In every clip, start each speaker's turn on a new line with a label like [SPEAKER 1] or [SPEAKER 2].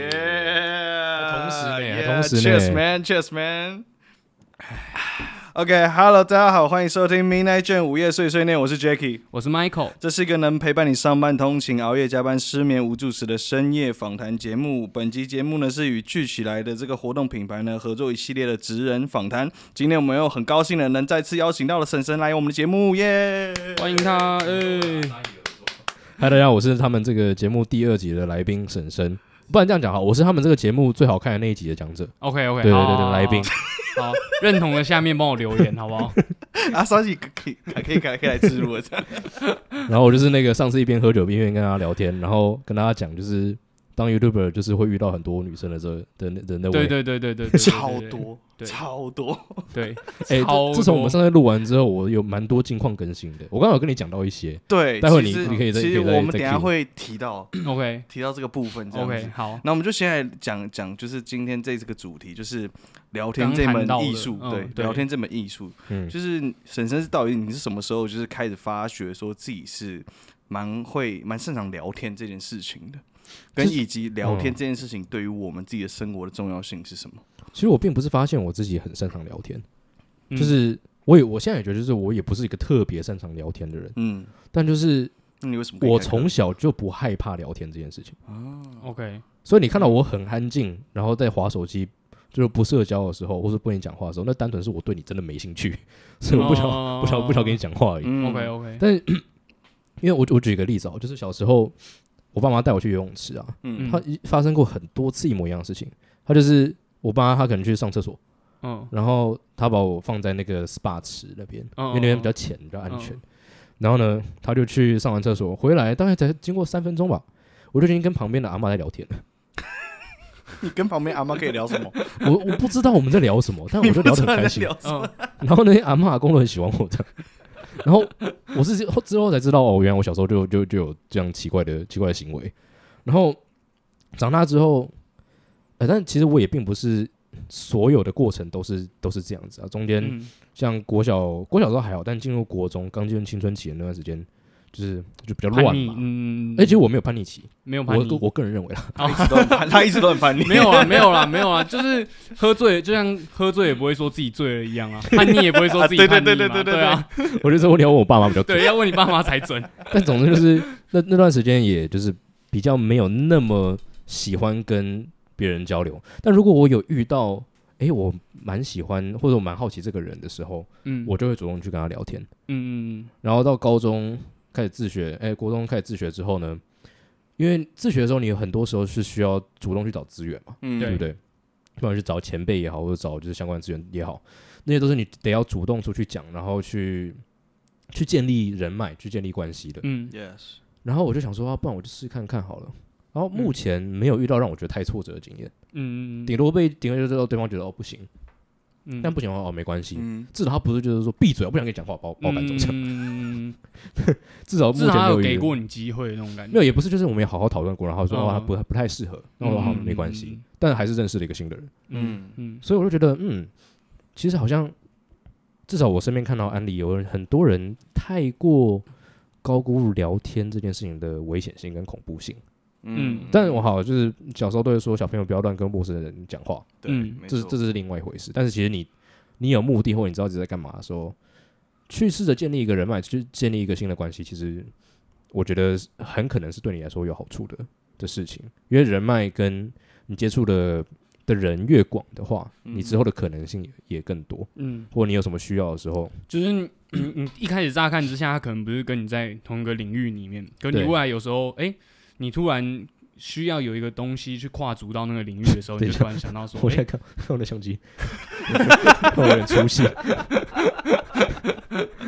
[SPEAKER 1] 啊
[SPEAKER 2] 充实
[SPEAKER 3] Cheers
[SPEAKER 2] 呢。
[SPEAKER 3] man, cheers man。OK，Hello，、大家好，欢迎收听 Midnight Jam 午夜碎碎念，我是 Jacky。
[SPEAKER 1] 我 是 Michael，
[SPEAKER 3] 这是一个能陪伴你上班通勤、熬夜加班、失眠无助时的深夜访谈节目。本集节目呢是与聚起来的这个活动品牌呢合作一系列的职人访谈。今天我们又很高兴的能再次邀请到了婶婶来我们的节目，耶、
[SPEAKER 1] 欢迎他。哎、
[SPEAKER 2] 嗨，大家，我是他们这个节目第二集的来宾婶婶。不然这样讲哈，我是他们这个节目最好看的那一集的讲者。
[SPEAKER 1] o k OK，
[SPEAKER 2] 对对对对，来宾，
[SPEAKER 1] 好，认同的下面帮我留言好不 好？
[SPEAKER 3] 阿三喜啊可以可以可以可以来植入了，
[SPEAKER 2] 然后我就是那个上次一边喝酒一边跟大家聊天，然后跟大家讲，就是当 YouTuber 就是会遇到很多女生的时候的那的那
[SPEAKER 1] 对
[SPEAKER 2] 位。
[SPEAKER 1] 对对对对，对对
[SPEAKER 3] 超多
[SPEAKER 1] 对
[SPEAKER 3] 超多。
[SPEAKER 1] 对，
[SPEAKER 2] 哎，
[SPEAKER 1] 超
[SPEAKER 2] 自自从我
[SPEAKER 1] 多
[SPEAKER 2] 们上次录完之后，我有蛮多近况更新的。我刚刚有跟你讲到一些，
[SPEAKER 3] 对，
[SPEAKER 2] 待会
[SPEAKER 3] 其
[SPEAKER 2] 你
[SPEAKER 3] 实
[SPEAKER 2] 你可以再
[SPEAKER 3] 其实
[SPEAKER 2] 可以再
[SPEAKER 3] 我们
[SPEAKER 2] 再
[SPEAKER 3] 等一下
[SPEAKER 2] cue
[SPEAKER 3] 会提到
[SPEAKER 1] OK
[SPEAKER 3] 提到这个部分，这样子。
[SPEAKER 1] OK，好，
[SPEAKER 3] 那我们就先来讲讲，就是今天这这个主题，就是聊天
[SPEAKER 1] 刚
[SPEAKER 3] 这门
[SPEAKER 1] 谈到的
[SPEAKER 3] 艺术。
[SPEAKER 1] 嗯
[SPEAKER 3] 对，
[SPEAKER 1] 对
[SPEAKER 3] 聊天这门艺术，
[SPEAKER 2] 嗯，
[SPEAKER 3] 就是婶婶是到底你是什么时候，就是开始发觉说自己是蛮会、蛮擅长聊天这件事情的，跟
[SPEAKER 2] 就是嗯
[SPEAKER 3] 以及聊天这件事情对于我们自己的生活的重要性是什么？
[SPEAKER 2] 其实我并不是发现我自己很擅长聊天，
[SPEAKER 1] 嗯
[SPEAKER 2] 就是我也我现在也觉得，就是我也不是一个特别擅长聊天的人，
[SPEAKER 3] 嗯，
[SPEAKER 2] 但就是
[SPEAKER 3] 那你为什么可以
[SPEAKER 2] 我
[SPEAKER 3] 开课
[SPEAKER 2] 从小就不害怕聊天这件事情，
[SPEAKER 1] OK，
[SPEAKER 2] 所以你看到我很安静，然后在划手机，就是不社交的时候，或是不跟你讲话的时候，那单纯是我对你真的没兴趣， 所以我不想、
[SPEAKER 1] 哦
[SPEAKER 2] 不想不想跟你讲话而已。
[SPEAKER 3] 嗯
[SPEAKER 1] OK OK，
[SPEAKER 2] 但因为我我举一个例子哦，就是小时候我爸妈带我去游泳池啊，
[SPEAKER 3] 嗯
[SPEAKER 2] 他一发生过很多次一模一样的事情，他就是我爸他可能去上厕所，
[SPEAKER 1] 嗯
[SPEAKER 2] 然后他把我放在那个 SPA 池那边，
[SPEAKER 1] 嗯
[SPEAKER 3] 哦
[SPEAKER 2] 因为那边比较
[SPEAKER 1] 嗯
[SPEAKER 2] 浅，比较安全。然后呢，他就去上完厕所回来，大概才经过三分钟吧，我就已经跟旁边的阿嬷在聊天了。
[SPEAKER 3] 你跟旁边阿妈可以聊 什么？
[SPEAKER 2] 我我不知道我们在聊什么，但 我
[SPEAKER 3] 你
[SPEAKER 2] 就
[SPEAKER 3] 不
[SPEAKER 2] 聊
[SPEAKER 3] 知
[SPEAKER 2] 得
[SPEAKER 3] 道
[SPEAKER 2] 很
[SPEAKER 3] 你在
[SPEAKER 2] 开心。
[SPEAKER 3] 聊什么
[SPEAKER 1] 嗯
[SPEAKER 2] 然后那些阿嬷阿公都很喜欢我这样。然后我是之后之后才知道，哦，原来我小时候就就就有这样奇怪的奇怪的行为。然后长大之后，呃，但其实我也并不是所有的过程都是都是这样子啊，中间、
[SPEAKER 1] 嗯
[SPEAKER 2] 像国小国小时候还好，但进入国中刚进入青春期的那段时间，就是就比较
[SPEAKER 1] 叛
[SPEAKER 2] 乱
[SPEAKER 1] 逆，
[SPEAKER 2] 嘛。
[SPEAKER 1] 嗯，
[SPEAKER 2] 而且我没有叛逆期，
[SPEAKER 1] 没有叛
[SPEAKER 2] 我
[SPEAKER 1] 逆，啊
[SPEAKER 2] 我我个人认为啦，
[SPEAKER 3] 他一直都很叛，他一直都很叛逆。
[SPEAKER 1] 没有啊，没有啦，没有啦，就是喝醉，就像喝醉也不会说自己醉了一 样啊，叛逆也不会说自己
[SPEAKER 3] 啊对
[SPEAKER 1] 叛逆嘛，
[SPEAKER 3] 对对对对对
[SPEAKER 1] 对啊，
[SPEAKER 2] 我就说我聊我爸妈比较多。
[SPEAKER 1] 对，要问你爸妈才准。
[SPEAKER 2] 但总之就是那那段时间，也就是比较没有那么喜欢跟别人交流。但如果我有遇到，诶，我蛮喜欢或者我蛮好奇这个人的时候，
[SPEAKER 1] 嗯，
[SPEAKER 2] 我就会主动去跟他聊天。
[SPEAKER 1] 嗯嗯
[SPEAKER 2] 然后到高中开始自学，诶，国中开始自学之后呢，因为自学的时候，你有很多时候是需要主动去找资源嘛。
[SPEAKER 3] 嗯
[SPEAKER 2] 对不对？不管是找前辈也好，或者找就是相关资源也好，那些都是你得要主动出去讲，然后去去建立人脉、去建立关系的。
[SPEAKER 1] 嗯嗯
[SPEAKER 3] ，Yes，
[SPEAKER 2] 然后我就想说，啊，不然我就试试看看好了。然后目前没有遇到让我觉得太挫折的经验，
[SPEAKER 1] 嗯嗯
[SPEAKER 2] 顶多被顶多就是说对方觉得哦不行，
[SPEAKER 1] 嗯，
[SPEAKER 2] 但不行的话哦没关系。
[SPEAKER 3] 嗯，
[SPEAKER 2] 至少他不是就是说闭嘴，我不想跟你讲话，把我把我赶走这样。
[SPEAKER 1] 嗯，
[SPEAKER 2] 至少目
[SPEAKER 1] 至
[SPEAKER 2] 前
[SPEAKER 1] 少他
[SPEAKER 2] 没
[SPEAKER 1] 有
[SPEAKER 2] 有
[SPEAKER 1] 给
[SPEAKER 2] 遇
[SPEAKER 1] 过你机会那种感觉。
[SPEAKER 2] 没有，也不是就是我们也好好讨论过，然后说哦
[SPEAKER 1] 嗯
[SPEAKER 2] 他不他不太适合，那我说好
[SPEAKER 1] 嗯
[SPEAKER 2] 没关系
[SPEAKER 1] 嗯，
[SPEAKER 2] 但还是认识了一个新的人。
[SPEAKER 3] 嗯
[SPEAKER 1] 嗯
[SPEAKER 2] 所以我就觉得，嗯，其实好像至少我身边看到案例，有人很多人太过高估聊天这件事情的危险性跟恐怖性。
[SPEAKER 1] 嗯
[SPEAKER 2] 但我好就是小时候都会说，小朋友不要乱跟陌生人讲话，
[SPEAKER 3] 对，
[SPEAKER 1] 嗯
[SPEAKER 3] 没
[SPEAKER 2] 这
[SPEAKER 3] 错
[SPEAKER 2] 这是另外一回事。但是其实你你有目的或你知道自己在干嘛的时候，去试着建立一个人脉，去建立一个新的关系，其实我觉得很可能是对你来说有好处的的事情，因为人脉跟你接触的的人越广的话，你之后的可能性也也更多。
[SPEAKER 1] 嗯，
[SPEAKER 2] 或你有什么需要的时候，
[SPEAKER 1] 就是你 你你一开始乍看之下，他可能不是跟你在同一个领域里面，可你
[SPEAKER 2] 对
[SPEAKER 1] 未来有时候，哎，你突然需要有一个东西去跨足到那个领域的时候，
[SPEAKER 2] 等
[SPEAKER 1] 你
[SPEAKER 2] 一
[SPEAKER 1] 就
[SPEAKER 2] 下
[SPEAKER 1] 突然想到说，
[SPEAKER 2] 我现在
[SPEAKER 1] 哎，
[SPEAKER 2] 看看我的相机，看我有点出戏。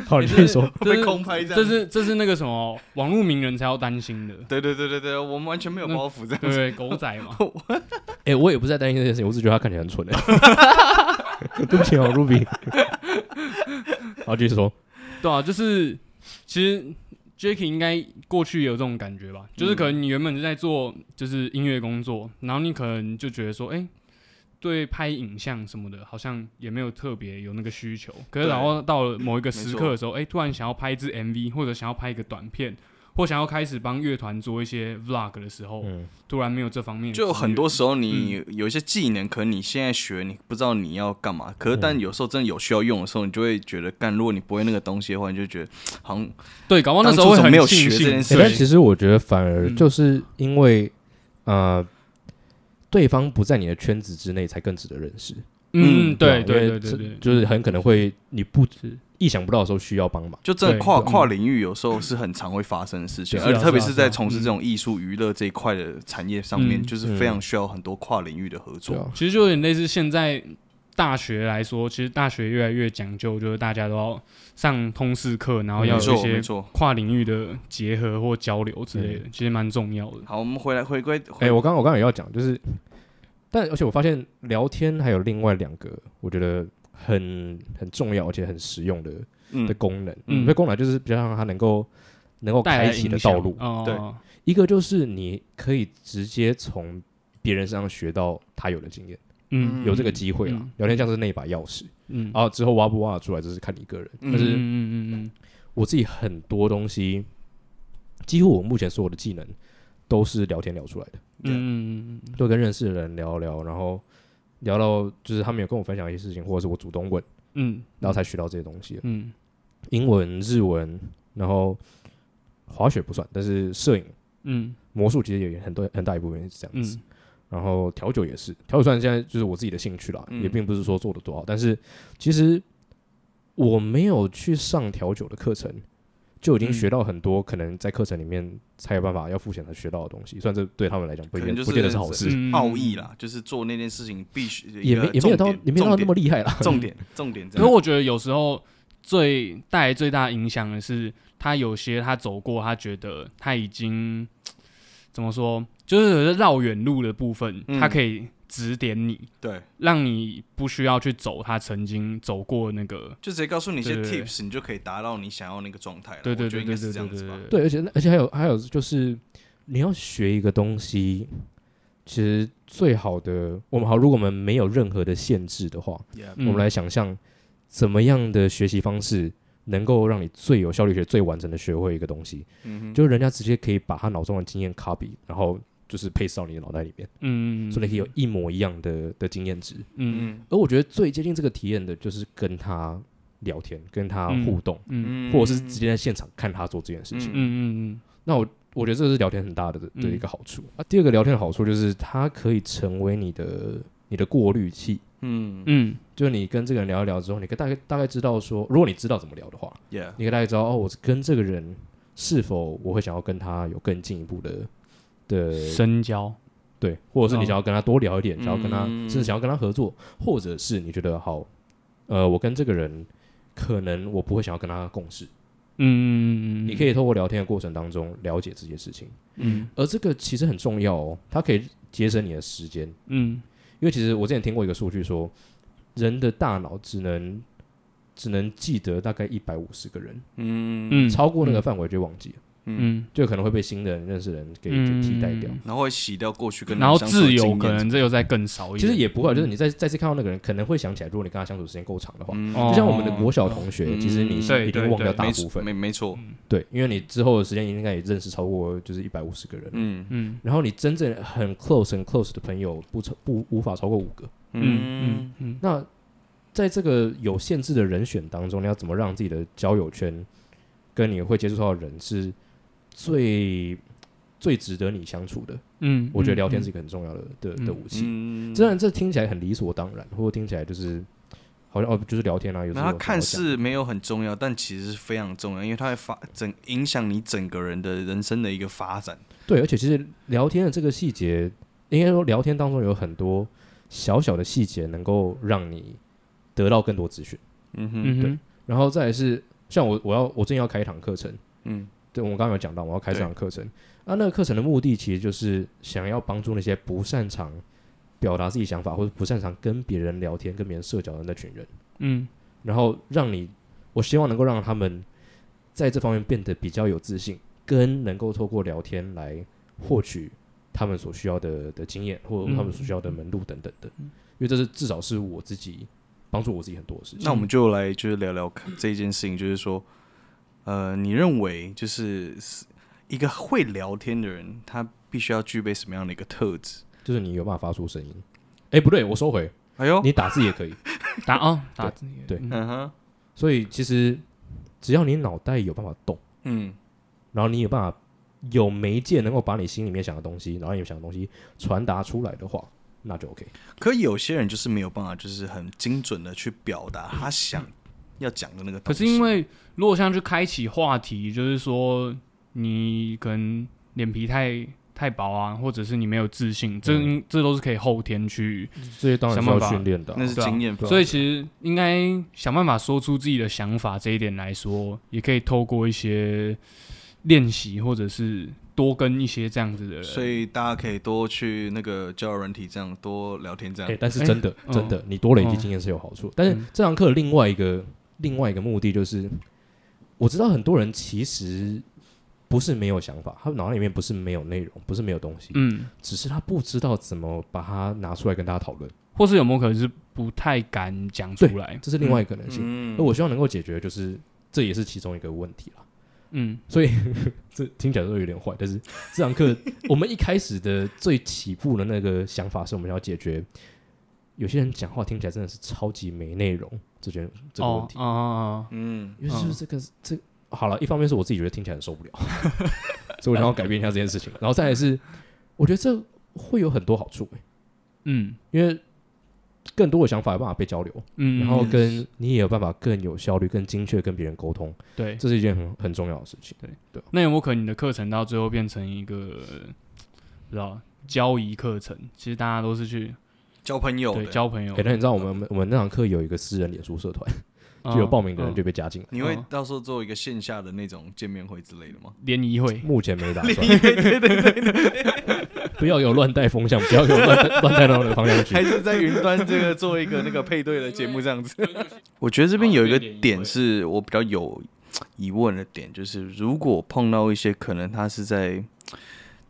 [SPEAKER 2] 好，你继续说。
[SPEAKER 3] 会被
[SPEAKER 1] 这是
[SPEAKER 3] 空拍这样
[SPEAKER 1] 这是这是那个什么网络名人才要担心的，
[SPEAKER 3] 对对对对对，我们完全没有
[SPEAKER 1] 那
[SPEAKER 3] 包袱这样
[SPEAKER 1] 对不
[SPEAKER 3] 子。
[SPEAKER 1] 对？狗仔嘛，
[SPEAKER 2] 哎、我也不是在担心这件事情，我只是觉得他看起来很蠢、欸。对不起哦，Ruby。好，继续说。
[SPEAKER 1] 对啊，就是其实 Jacky 应该过去也有这种感觉吧，就是可
[SPEAKER 3] 嗯
[SPEAKER 1] 能你原本是在做就是音乐工作，然后你可能就觉得说，哎、对拍影像什么的，好像也没有特别有那个需求。可是
[SPEAKER 3] 对
[SPEAKER 1] 然后到了某一个
[SPEAKER 3] 没
[SPEAKER 1] 时
[SPEAKER 3] 错
[SPEAKER 1] 刻的时候，哎、突然想要拍一支 MV，或者想要拍一个短片，或想要开始帮乐团做一些 vlog 的时候，
[SPEAKER 2] 嗯
[SPEAKER 1] 突然没有这方面的资
[SPEAKER 3] 就有
[SPEAKER 1] 源，
[SPEAKER 3] 很多时候你有一些技能，可能你现在学，你不知道你要干嘛。可是但有时候真的有需要用的时候，你就会觉得干。如果你不会那个东西的话，你就觉得好像
[SPEAKER 1] 对，搞不好那
[SPEAKER 3] 当
[SPEAKER 1] 时
[SPEAKER 3] 初
[SPEAKER 1] 候会
[SPEAKER 3] 怎么
[SPEAKER 1] 很
[SPEAKER 3] 没有
[SPEAKER 1] 庆
[SPEAKER 3] 学这
[SPEAKER 1] 幸
[SPEAKER 3] 件
[SPEAKER 2] 欸
[SPEAKER 3] 事
[SPEAKER 2] 但
[SPEAKER 3] 情
[SPEAKER 2] 其实我觉得反而
[SPEAKER 1] 嗯
[SPEAKER 2] 就是因为、呃，对方不在你的圈子之内，才更值得认识。
[SPEAKER 1] 嗯，
[SPEAKER 3] 嗯
[SPEAKER 1] 对
[SPEAKER 2] 吧因
[SPEAKER 1] 对
[SPEAKER 2] 为
[SPEAKER 1] 对对
[SPEAKER 2] 这
[SPEAKER 1] 对，嗯
[SPEAKER 2] 就是很可能会你不
[SPEAKER 1] 是
[SPEAKER 2] 意想不到的时候需要帮忙。
[SPEAKER 3] 就真的
[SPEAKER 1] 对
[SPEAKER 3] 跨
[SPEAKER 1] 嗯
[SPEAKER 3] 跨领域，有时候是很常会发生的事情，
[SPEAKER 1] 是啊
[SPEAKER 3] 而且特别
[SPEAKER 1] 是啊
[SPEAKER 3] 是
[SPEAKER 1] 是
[SPEAKER 3] 在
[SPEAKER 1] 啊
[SPEAKER 3] 从事这种艺术娱乐这一块的产业上面，
[SPEAKER 1] 嗯
[SPEAKER 3] 就是非常需要很多跨领域的合作。
[SPEAKER 2] 啊，
[SPEAKER 1] 其实就有点类似现在大学来说，其实大学越来越讲究，就是大家都要上通识课，然后要
[SPEAKER 3] 没
[SPEAKER 1] 有一
[SPEAKER 3] 错，没
[SPEAKER 1] 些
[SPEAKER 3] 错。
[SPEAKER 1] 跨领域的结合或交流之类的，
[SPEAKER 2] 嗯
[SPEAKER 1] 其实蛮重要的。
[SPEAKER 3] 好，我们回来回归，
[SPEAKER 2] 哎、
[SPEAKER 3] 回
[SPEAKER 2] 我刚我刚刚也要讲，就是，但而且我发现聊天还有另外两个，我觉得很很重要而且很实用的的
[SPEAKER 3] 嗯，
[SPEAKER 2] 功能。
[SPEAKER 1] 嗯
[SPEAKER 2] 这功能就是比较让它能够能够
[SPEAKER 1] 带来
[SPEAKER 2] 开启的
[SPEAKER 1] 影响
[SPEAKER 2] 道路。
[SPEAKER 1] 哦，
[SPEAKER 2] 一个就是你可以直接从别人身上学到他有的经验。
[SPEAKER 1] 嗯，
[SPEAKER 2] 有这个机会啊，
[SPEAKER 1] 嗯
[SPEAKER 2] 聊天像是那一把钥匙
[SPEAKER 1] 嗯，
[SPEAKER 2] 啊，之后挖不挖得出来，这是看你个人。
[SPEAKER 3] 嗯
[SPEAKER 2] 但
[SPEAKER 1] 嗯
[SPEAKER 2] 是
[SPEAKER 1] 嗯嗯
[SPEAKER 2] 我自己很多东西，几乎我目前所有的技能都是聊天聊出来的，
[SPEAKER 1] 嗯嗯嗯
[SPEAKER 2] 就跟认识的人聊聊，然后聊到就是他们有跟我分享一些事情，或者是我主动问，
[SPEAKER 1] 嗯
[SPEAKER 2] 然后才学到这些东西的。
[SPEAKER 1] 嗯
[SPEAKER 2] 英文、日文，然后滑雪不算，但是摄影、
[SPEAKER 1] 嗯
[SPEAKER 2] 魔术其实也很多很大一部分是这样子。
[SPEAKER 1] 嗯
[SPEAKER 2] 然后调酒也是，调酒算现在就是我自己的兴趣啦，
[SPEAKER 3] 嗯
[SPEAKER 2] 也并不是说做的多好，但是其实我没有去上调酒的课程，就已经
[SPEAKER 1] 嗯
[SPEAKER 2] 学到很多可能在课程里面才有办法要付钱才学到的东西，虽然这对他们来讲不一
[SPEAKER 3] 可能
[SPEAKER 2] 定、
[SPEAKER 3] 就是
[SPEAKER 2] 不见得是好事，
[SPEAKER 1] 嗯
[SPEAKER 3] 奥义啦，就是做那件事情必须
[SPEAKER 2] 也没也没有到也没有到那么厉害啦。
[SPEAKER 3] 重点重点重点这
[SPEAKER 1] 可是
[SPEAKER 3] 样。
[SPEAKER 1] 我觉得有时候最带来最大影响的是，他有些他走过，他觉得他已经怎么说，就是有些绕远路的部分，
[SPEAKER 3] 嗯
[SPEAKER 1] 他可以指点你，
[SPEAKER 3] 对，
[SPEAKER 1] 让你不需要去走他曾经走过那个。
[SPEAKER 3] 就直接告诉你一些
[SPEAKER 1] 对对对
[SPEAKER 3] tips，你就可以达到你想要那个状态了。
[SPEAKER 1] 对对
[SPEAKER 3] 我觉得
[SPEAKER 1] 对
[SPEAKER 3] 应
[SPEAKER 1] 对
[SPEAKER 3] 该
[SPEAKER 1] 对
[SPEAKER 3] 是这
[SPEAKER 1] 对
[SPEAKER 3] 样子吧。
[SPEAKER 1] 对对，
[SPEAKER 2] 对，而且那而且还有还有就是你要学一个东西，其实最好的我们好，如果我们没有任何的限制的话，
[SPEAKER 3] Yeah，
[SPEAKER 1] 嗯
[SPEAKER 2] 我们来想象怎么样的学习方式能够让你最有效率、学最完整的学会一个东西。
[SPEAKER 3] 嗯哼，
[SPEAKER 2] 就是人家直接可以把他脑中的经验 copy，然后就是配置到你的脑袋里面，
[SPEAKER 1] 嗯，
[SPEAKER 2] 所以你可以有一模一样的的经验值。
[SPEAKER 1] 嗯
[SPEAKER 3] 嗯
[SPEAKER 2] 而我觉得最接近这个体验的就是跟他聊天、跟他互动，
[SPEAKER 1] 嗯
[SPEAKER 3] 嗯
[SPEAKER 2] 或者是直接在现场看他做这件事情。
[SPEAKER 1] 嗯嗯
[SPEAKER 2] 那我我觉得这是聊天很大的的
[SPEAKER 1] 嗯
[SPEAKER 2] 一个好处。啊，第二个聊天的好处就是它可以成为你的你的过滤器。
[SPEAKER 3] 嗯
[SPEAKER 1] 嗯
[SPEAKER 2] 就是你跟这个人聊一聊之后，你可以大概大概知道说，如果你知道怎么聊的话，
[SPEAKER 3] ，Yeah，
[SPEAKER 2] 你可以大概知道哦，我跟这个人是否我会想要跟他有更进一步的
[SPEAKER 1] 嗯，
[SPEAKER 2] 的
[SPEAKER 1] 深交，
[SPEAKER 2] 对，或者是你
[SPEAKER 1] 哦
[SPEAKER 2] 想要跟他多聊一点，想要跟他
[SPEAKER 3] 嗯
[SPEAKER 2] 甚至想要跟他合作，或者是你觉得好，呃，我跟这个人可能我不会想要跟他共事，
[SPEAKER 1] 嗯嗯嗯，
[SPEAKER 2] 你可
[SPEAKER 1] 以，
[SPEAKER 2] 以透过聊天的过程当中了解这些事情，
[SPEAKER 1] 嗯
[SPEAKER 2] 而这个其实很重要哦，它可以节省你的时间，
[SPEAKER 1] 嗯
[SPEAKER 2] 因为其实我之前听过一个数据说，人的大脑只能只能记得大概一百五十个人，
[SPEAKER 3] 嗯
[SPEAKER 1] 嗯，
[SPEAKER 2] 超过那个范围就忘记了，
[SPEAKER 1] 嗯，
[SPEAKER 2] 就可能会被新的人认识的人给给替代掉。
[SPEAKER 1] 嗯
[SPEAKER 3] 然后会洗掉过去跟
[SPEAKER 1] 然后
[SPEAKER 3] 你相处的
[SPEAKER 1] 自由
[SPEAKER 3] 经
[SPEAKER 1] 可
[SPEAKER 3] 验
[SPEAKER 1] 能这又再更少一点，
[SPEAKER 2] 其实也不会，就是你再再次看到那个人，可能会想起来，如果你跟他相处时间够长的话，
[SPEAKER 3] 嗯
[SPEAKER 1] 哦
[SPEAKER 2] 就像我们的国小
[SPEAKER 1] 哦
[SPEAKER 2] 同学，
[SPEAKER 3] 嗯
[SPEAKER 2] 其实你
[SPEAKER 1] 对
[SPEAKER 2] 是一定
[SPEAKER 1] 对
[SPEAKER 2] 忘
[SPEAKER 1] 对
[SPEAKER 2] 掉大
[SPEAKER 3] 没
[SPEAKER 2] 部分，
[SPEAKER 3] 没没错，
[SPEAKER 2] 对，因为你之后的时间应该也认识超过就是一百五十个人，
[SPEAKER 3] 嗯
[SPEAKER 1] 嗯
[SPEAKER 2] 然后你真正很 close 很 close 的朋友不超不无法超过五个。
[SPEAKER 1] 嗯嗯嗯
[SPEAKER 2] 那在这个有限制的人选当中，你要怎么让自己的交友圈跟你会接触到的人是最最值得你相处的？
[SPEAKER 1] 嗯，
[SPEAKER 2] 我觉得聊天是一个很重要的的的
[SPEAKER 1] 嗯
[SPEAKER 2] 武器。
[SPEAKER 3] 嗯
[SPEAKER 2] 虽然这听起来很理所当然，或者听起来就是好像哦，就是聊天啊，有时
[SPEAKER 3] 那它
[SPEAKER 2] 候有什么
[SPEAKER 3] 看
[SPEAKER 2] 好
[SPEAKER 3] 似没有很重要，但其实是非常重要，因为它会发整影响你整个人的人生的一个发展。
[SPEAKER 2] 讲对，而且其实聊天的这个细节，应该说聊天当中有很多小小的细节能够让你得到更多资讯，
[SPEAKER 3] 嗯
[SPEAKER 1] 嗯
[SPEAKER 3] 哼，
[SPEAKER 1] 嗯哼
[SPEAKER 2] 然后再来是像我我要我最近要开一堂课程，
[SPEAKER 3] 嗯
[SPEAKER 2] 对，我们刚刚有讲到我要开这
[SPEAKER 3] 对
[SPEAKER 2] 堂课程，啊那那个课程的目的其实就是想要帮助那些不擅长表达自己想法或者不擅长跟别人聊天、跟别人社交的那群人。
[SPEAKER 1] 嗯
[SPEAKER 2] 然后让你，我希望能够让他们在这方面变得比较有自信，跟能够透过聊天来获取他们所需要的的经验，或者
[SPEAKER 1] 嗯
[SPEAKER 2] 他们所需要的门路等等的。因为这是至少是我自己帮助我自己很多的事情。
[SPEAKER 3] 那我们就来就是聊聊看这件事情，就是说，呃，你认为就是一个会聊天的人，他必须要具备什么样的一个特质？
[SPEAKER 2] 就是你有办法发出声音。哎，不对，我收回，
[SPEAKER 3] 哎呦，
[SPEAKER 2] 你打字也可以。
[SPEAKER 1] 打哦，打字
[SPEAKER 2] 对
[SPEAKER 1] 嗯
[SPEAKER 3] 嗯哼，
[SPEAKER 2] 所以其实只要你脑袋有办法动，
[SPEAKER 3] 嗯，
[SPEAKER 2] 然后你有办法有媒介能够把你心里面想的东西，然后你想的东西传达出来的话，那就 OK。
[SPEAKER 3] 可有些人就是没有办法，就是很精准的去表达他想要讲的那个东
[SPEAKER 1] 可
[SPEAKER 3] 西。
[SPEAKER 1] 是因为如果像去开启话题，就是说你可能脸皮太太薄啊，或者是你没有自信，这、
[SPEAKER 2] 嗯
[SPEAKER 1] 这都是可以后天去。
[SPEAKER 2] 这些当然是要
[SPEAKER 1] 嗯想办法
[SPEAKER 2] 训练的啊、
[SPEAKER 3] 那是
[SPEAKER 1] 对啊
[SPEAKER 3] 经验法，
[SPEAKER 1] 所以其实应该想办法说出自己的想法，这一点来说，也可以透过一些练习，或者是多跟一些这样子的人。
[SPEAKER 3] 所以大家可以多去那个交友软体，这样多聊天，这
[SPEAKER 2] 哎、
[SPEAKER 3] 样。
[SPEAKER 2] 但是真的、
[SPEAKER 1] 哎
[SPEAKER 2] 真的，你多累积
[SPEAKER 1] 哦
[SPEAKER 2] 经验是有好处。但是
[SPEAKER 1] 嗯
[SPEAKER 2] 这堂课另外一个另外一个目的就是，我知道很多人其实不是没有想法，他们脑袋里面不是没有内容，不是没有东西，
[SPEAKER 1] 嗯，
[SPEAKER 2] 只是他不知道怎么把它拿出来跟大家讨论，
[SPEAKER 1] 或是有没有可能是不太敢讲出来？
[SPEAKER 2] 这是另外一个可能性。
[SPEAKER 3] 嗯
[SPEAKER 2] 那、我希望能够解决的就是，这也是其中一个问题啦。
[SPEAKER 1] 嗯，
[SPEAKER 2] 所以 这听起来都有点坏，但是这堂课我们一开始的最起步的那个想法是我们要解决有些人讲话听起来真的是超级没内容这件这个问题，
[SPEAKER 1] 哦哦哦哦
[SPEAKER 3] 嗯，
[SPEAKER 2] 因为就是这个这好了，一方面是我自己觉得听起来很受不 了，所以我想要改变一下这件事情，然后再来是我觉得这会有很多好处、欸
[SPEAKER 1] 嗯
[SPEAKER 2] 因为更多的想法有办法被交流，
[SPEAKER 1] 嗯，
[SPEAKER 2] 然后跟你也有办法更有效率、更精确地跟别人沟通，
[SPEAKER 1] 对，
[SPEAKER 2] 这是一件很很重要的事情。
[SPEAKER 1] 那有没有可能你的课程到最后变成一个，不知道交易课程？其实大家都是去
[SPEAKER 3] 交朋友
[SPEAKER 1] 对
[SPEAKER 3] 的，
[SPEAKER 1] 交朋友
[SPEAKER 2] 哎、，那你知道我们我们我们那堂课有一个私人脸书社团，
[SPEAKER 1] 嗯
[SPEAKER 2] 就有报名的人
[SPEAKER 1] 嗯
[SPEAKER 2] 就被加进来。
[SPEAKER 3] 你会
[SPEAKER 1] 嗯
[SPEAKER 3] 到时候做一个线下的那种见面会之类的吗？
[SPEAKER 1] 联谊会，
[SPEAKER 2] 目前没打算。 对对对， 不要有乱带风向，不要有乱带乱带到那个方向
[SPEAKER 3] 还
[SPEAKER 2] 去。
[SPEAKER 3] 是在云端这个做一个那个配对的节目这样子？ 我觉得这边有一个点是我比较有疑问的点，就是如果碰到一些可能他是在，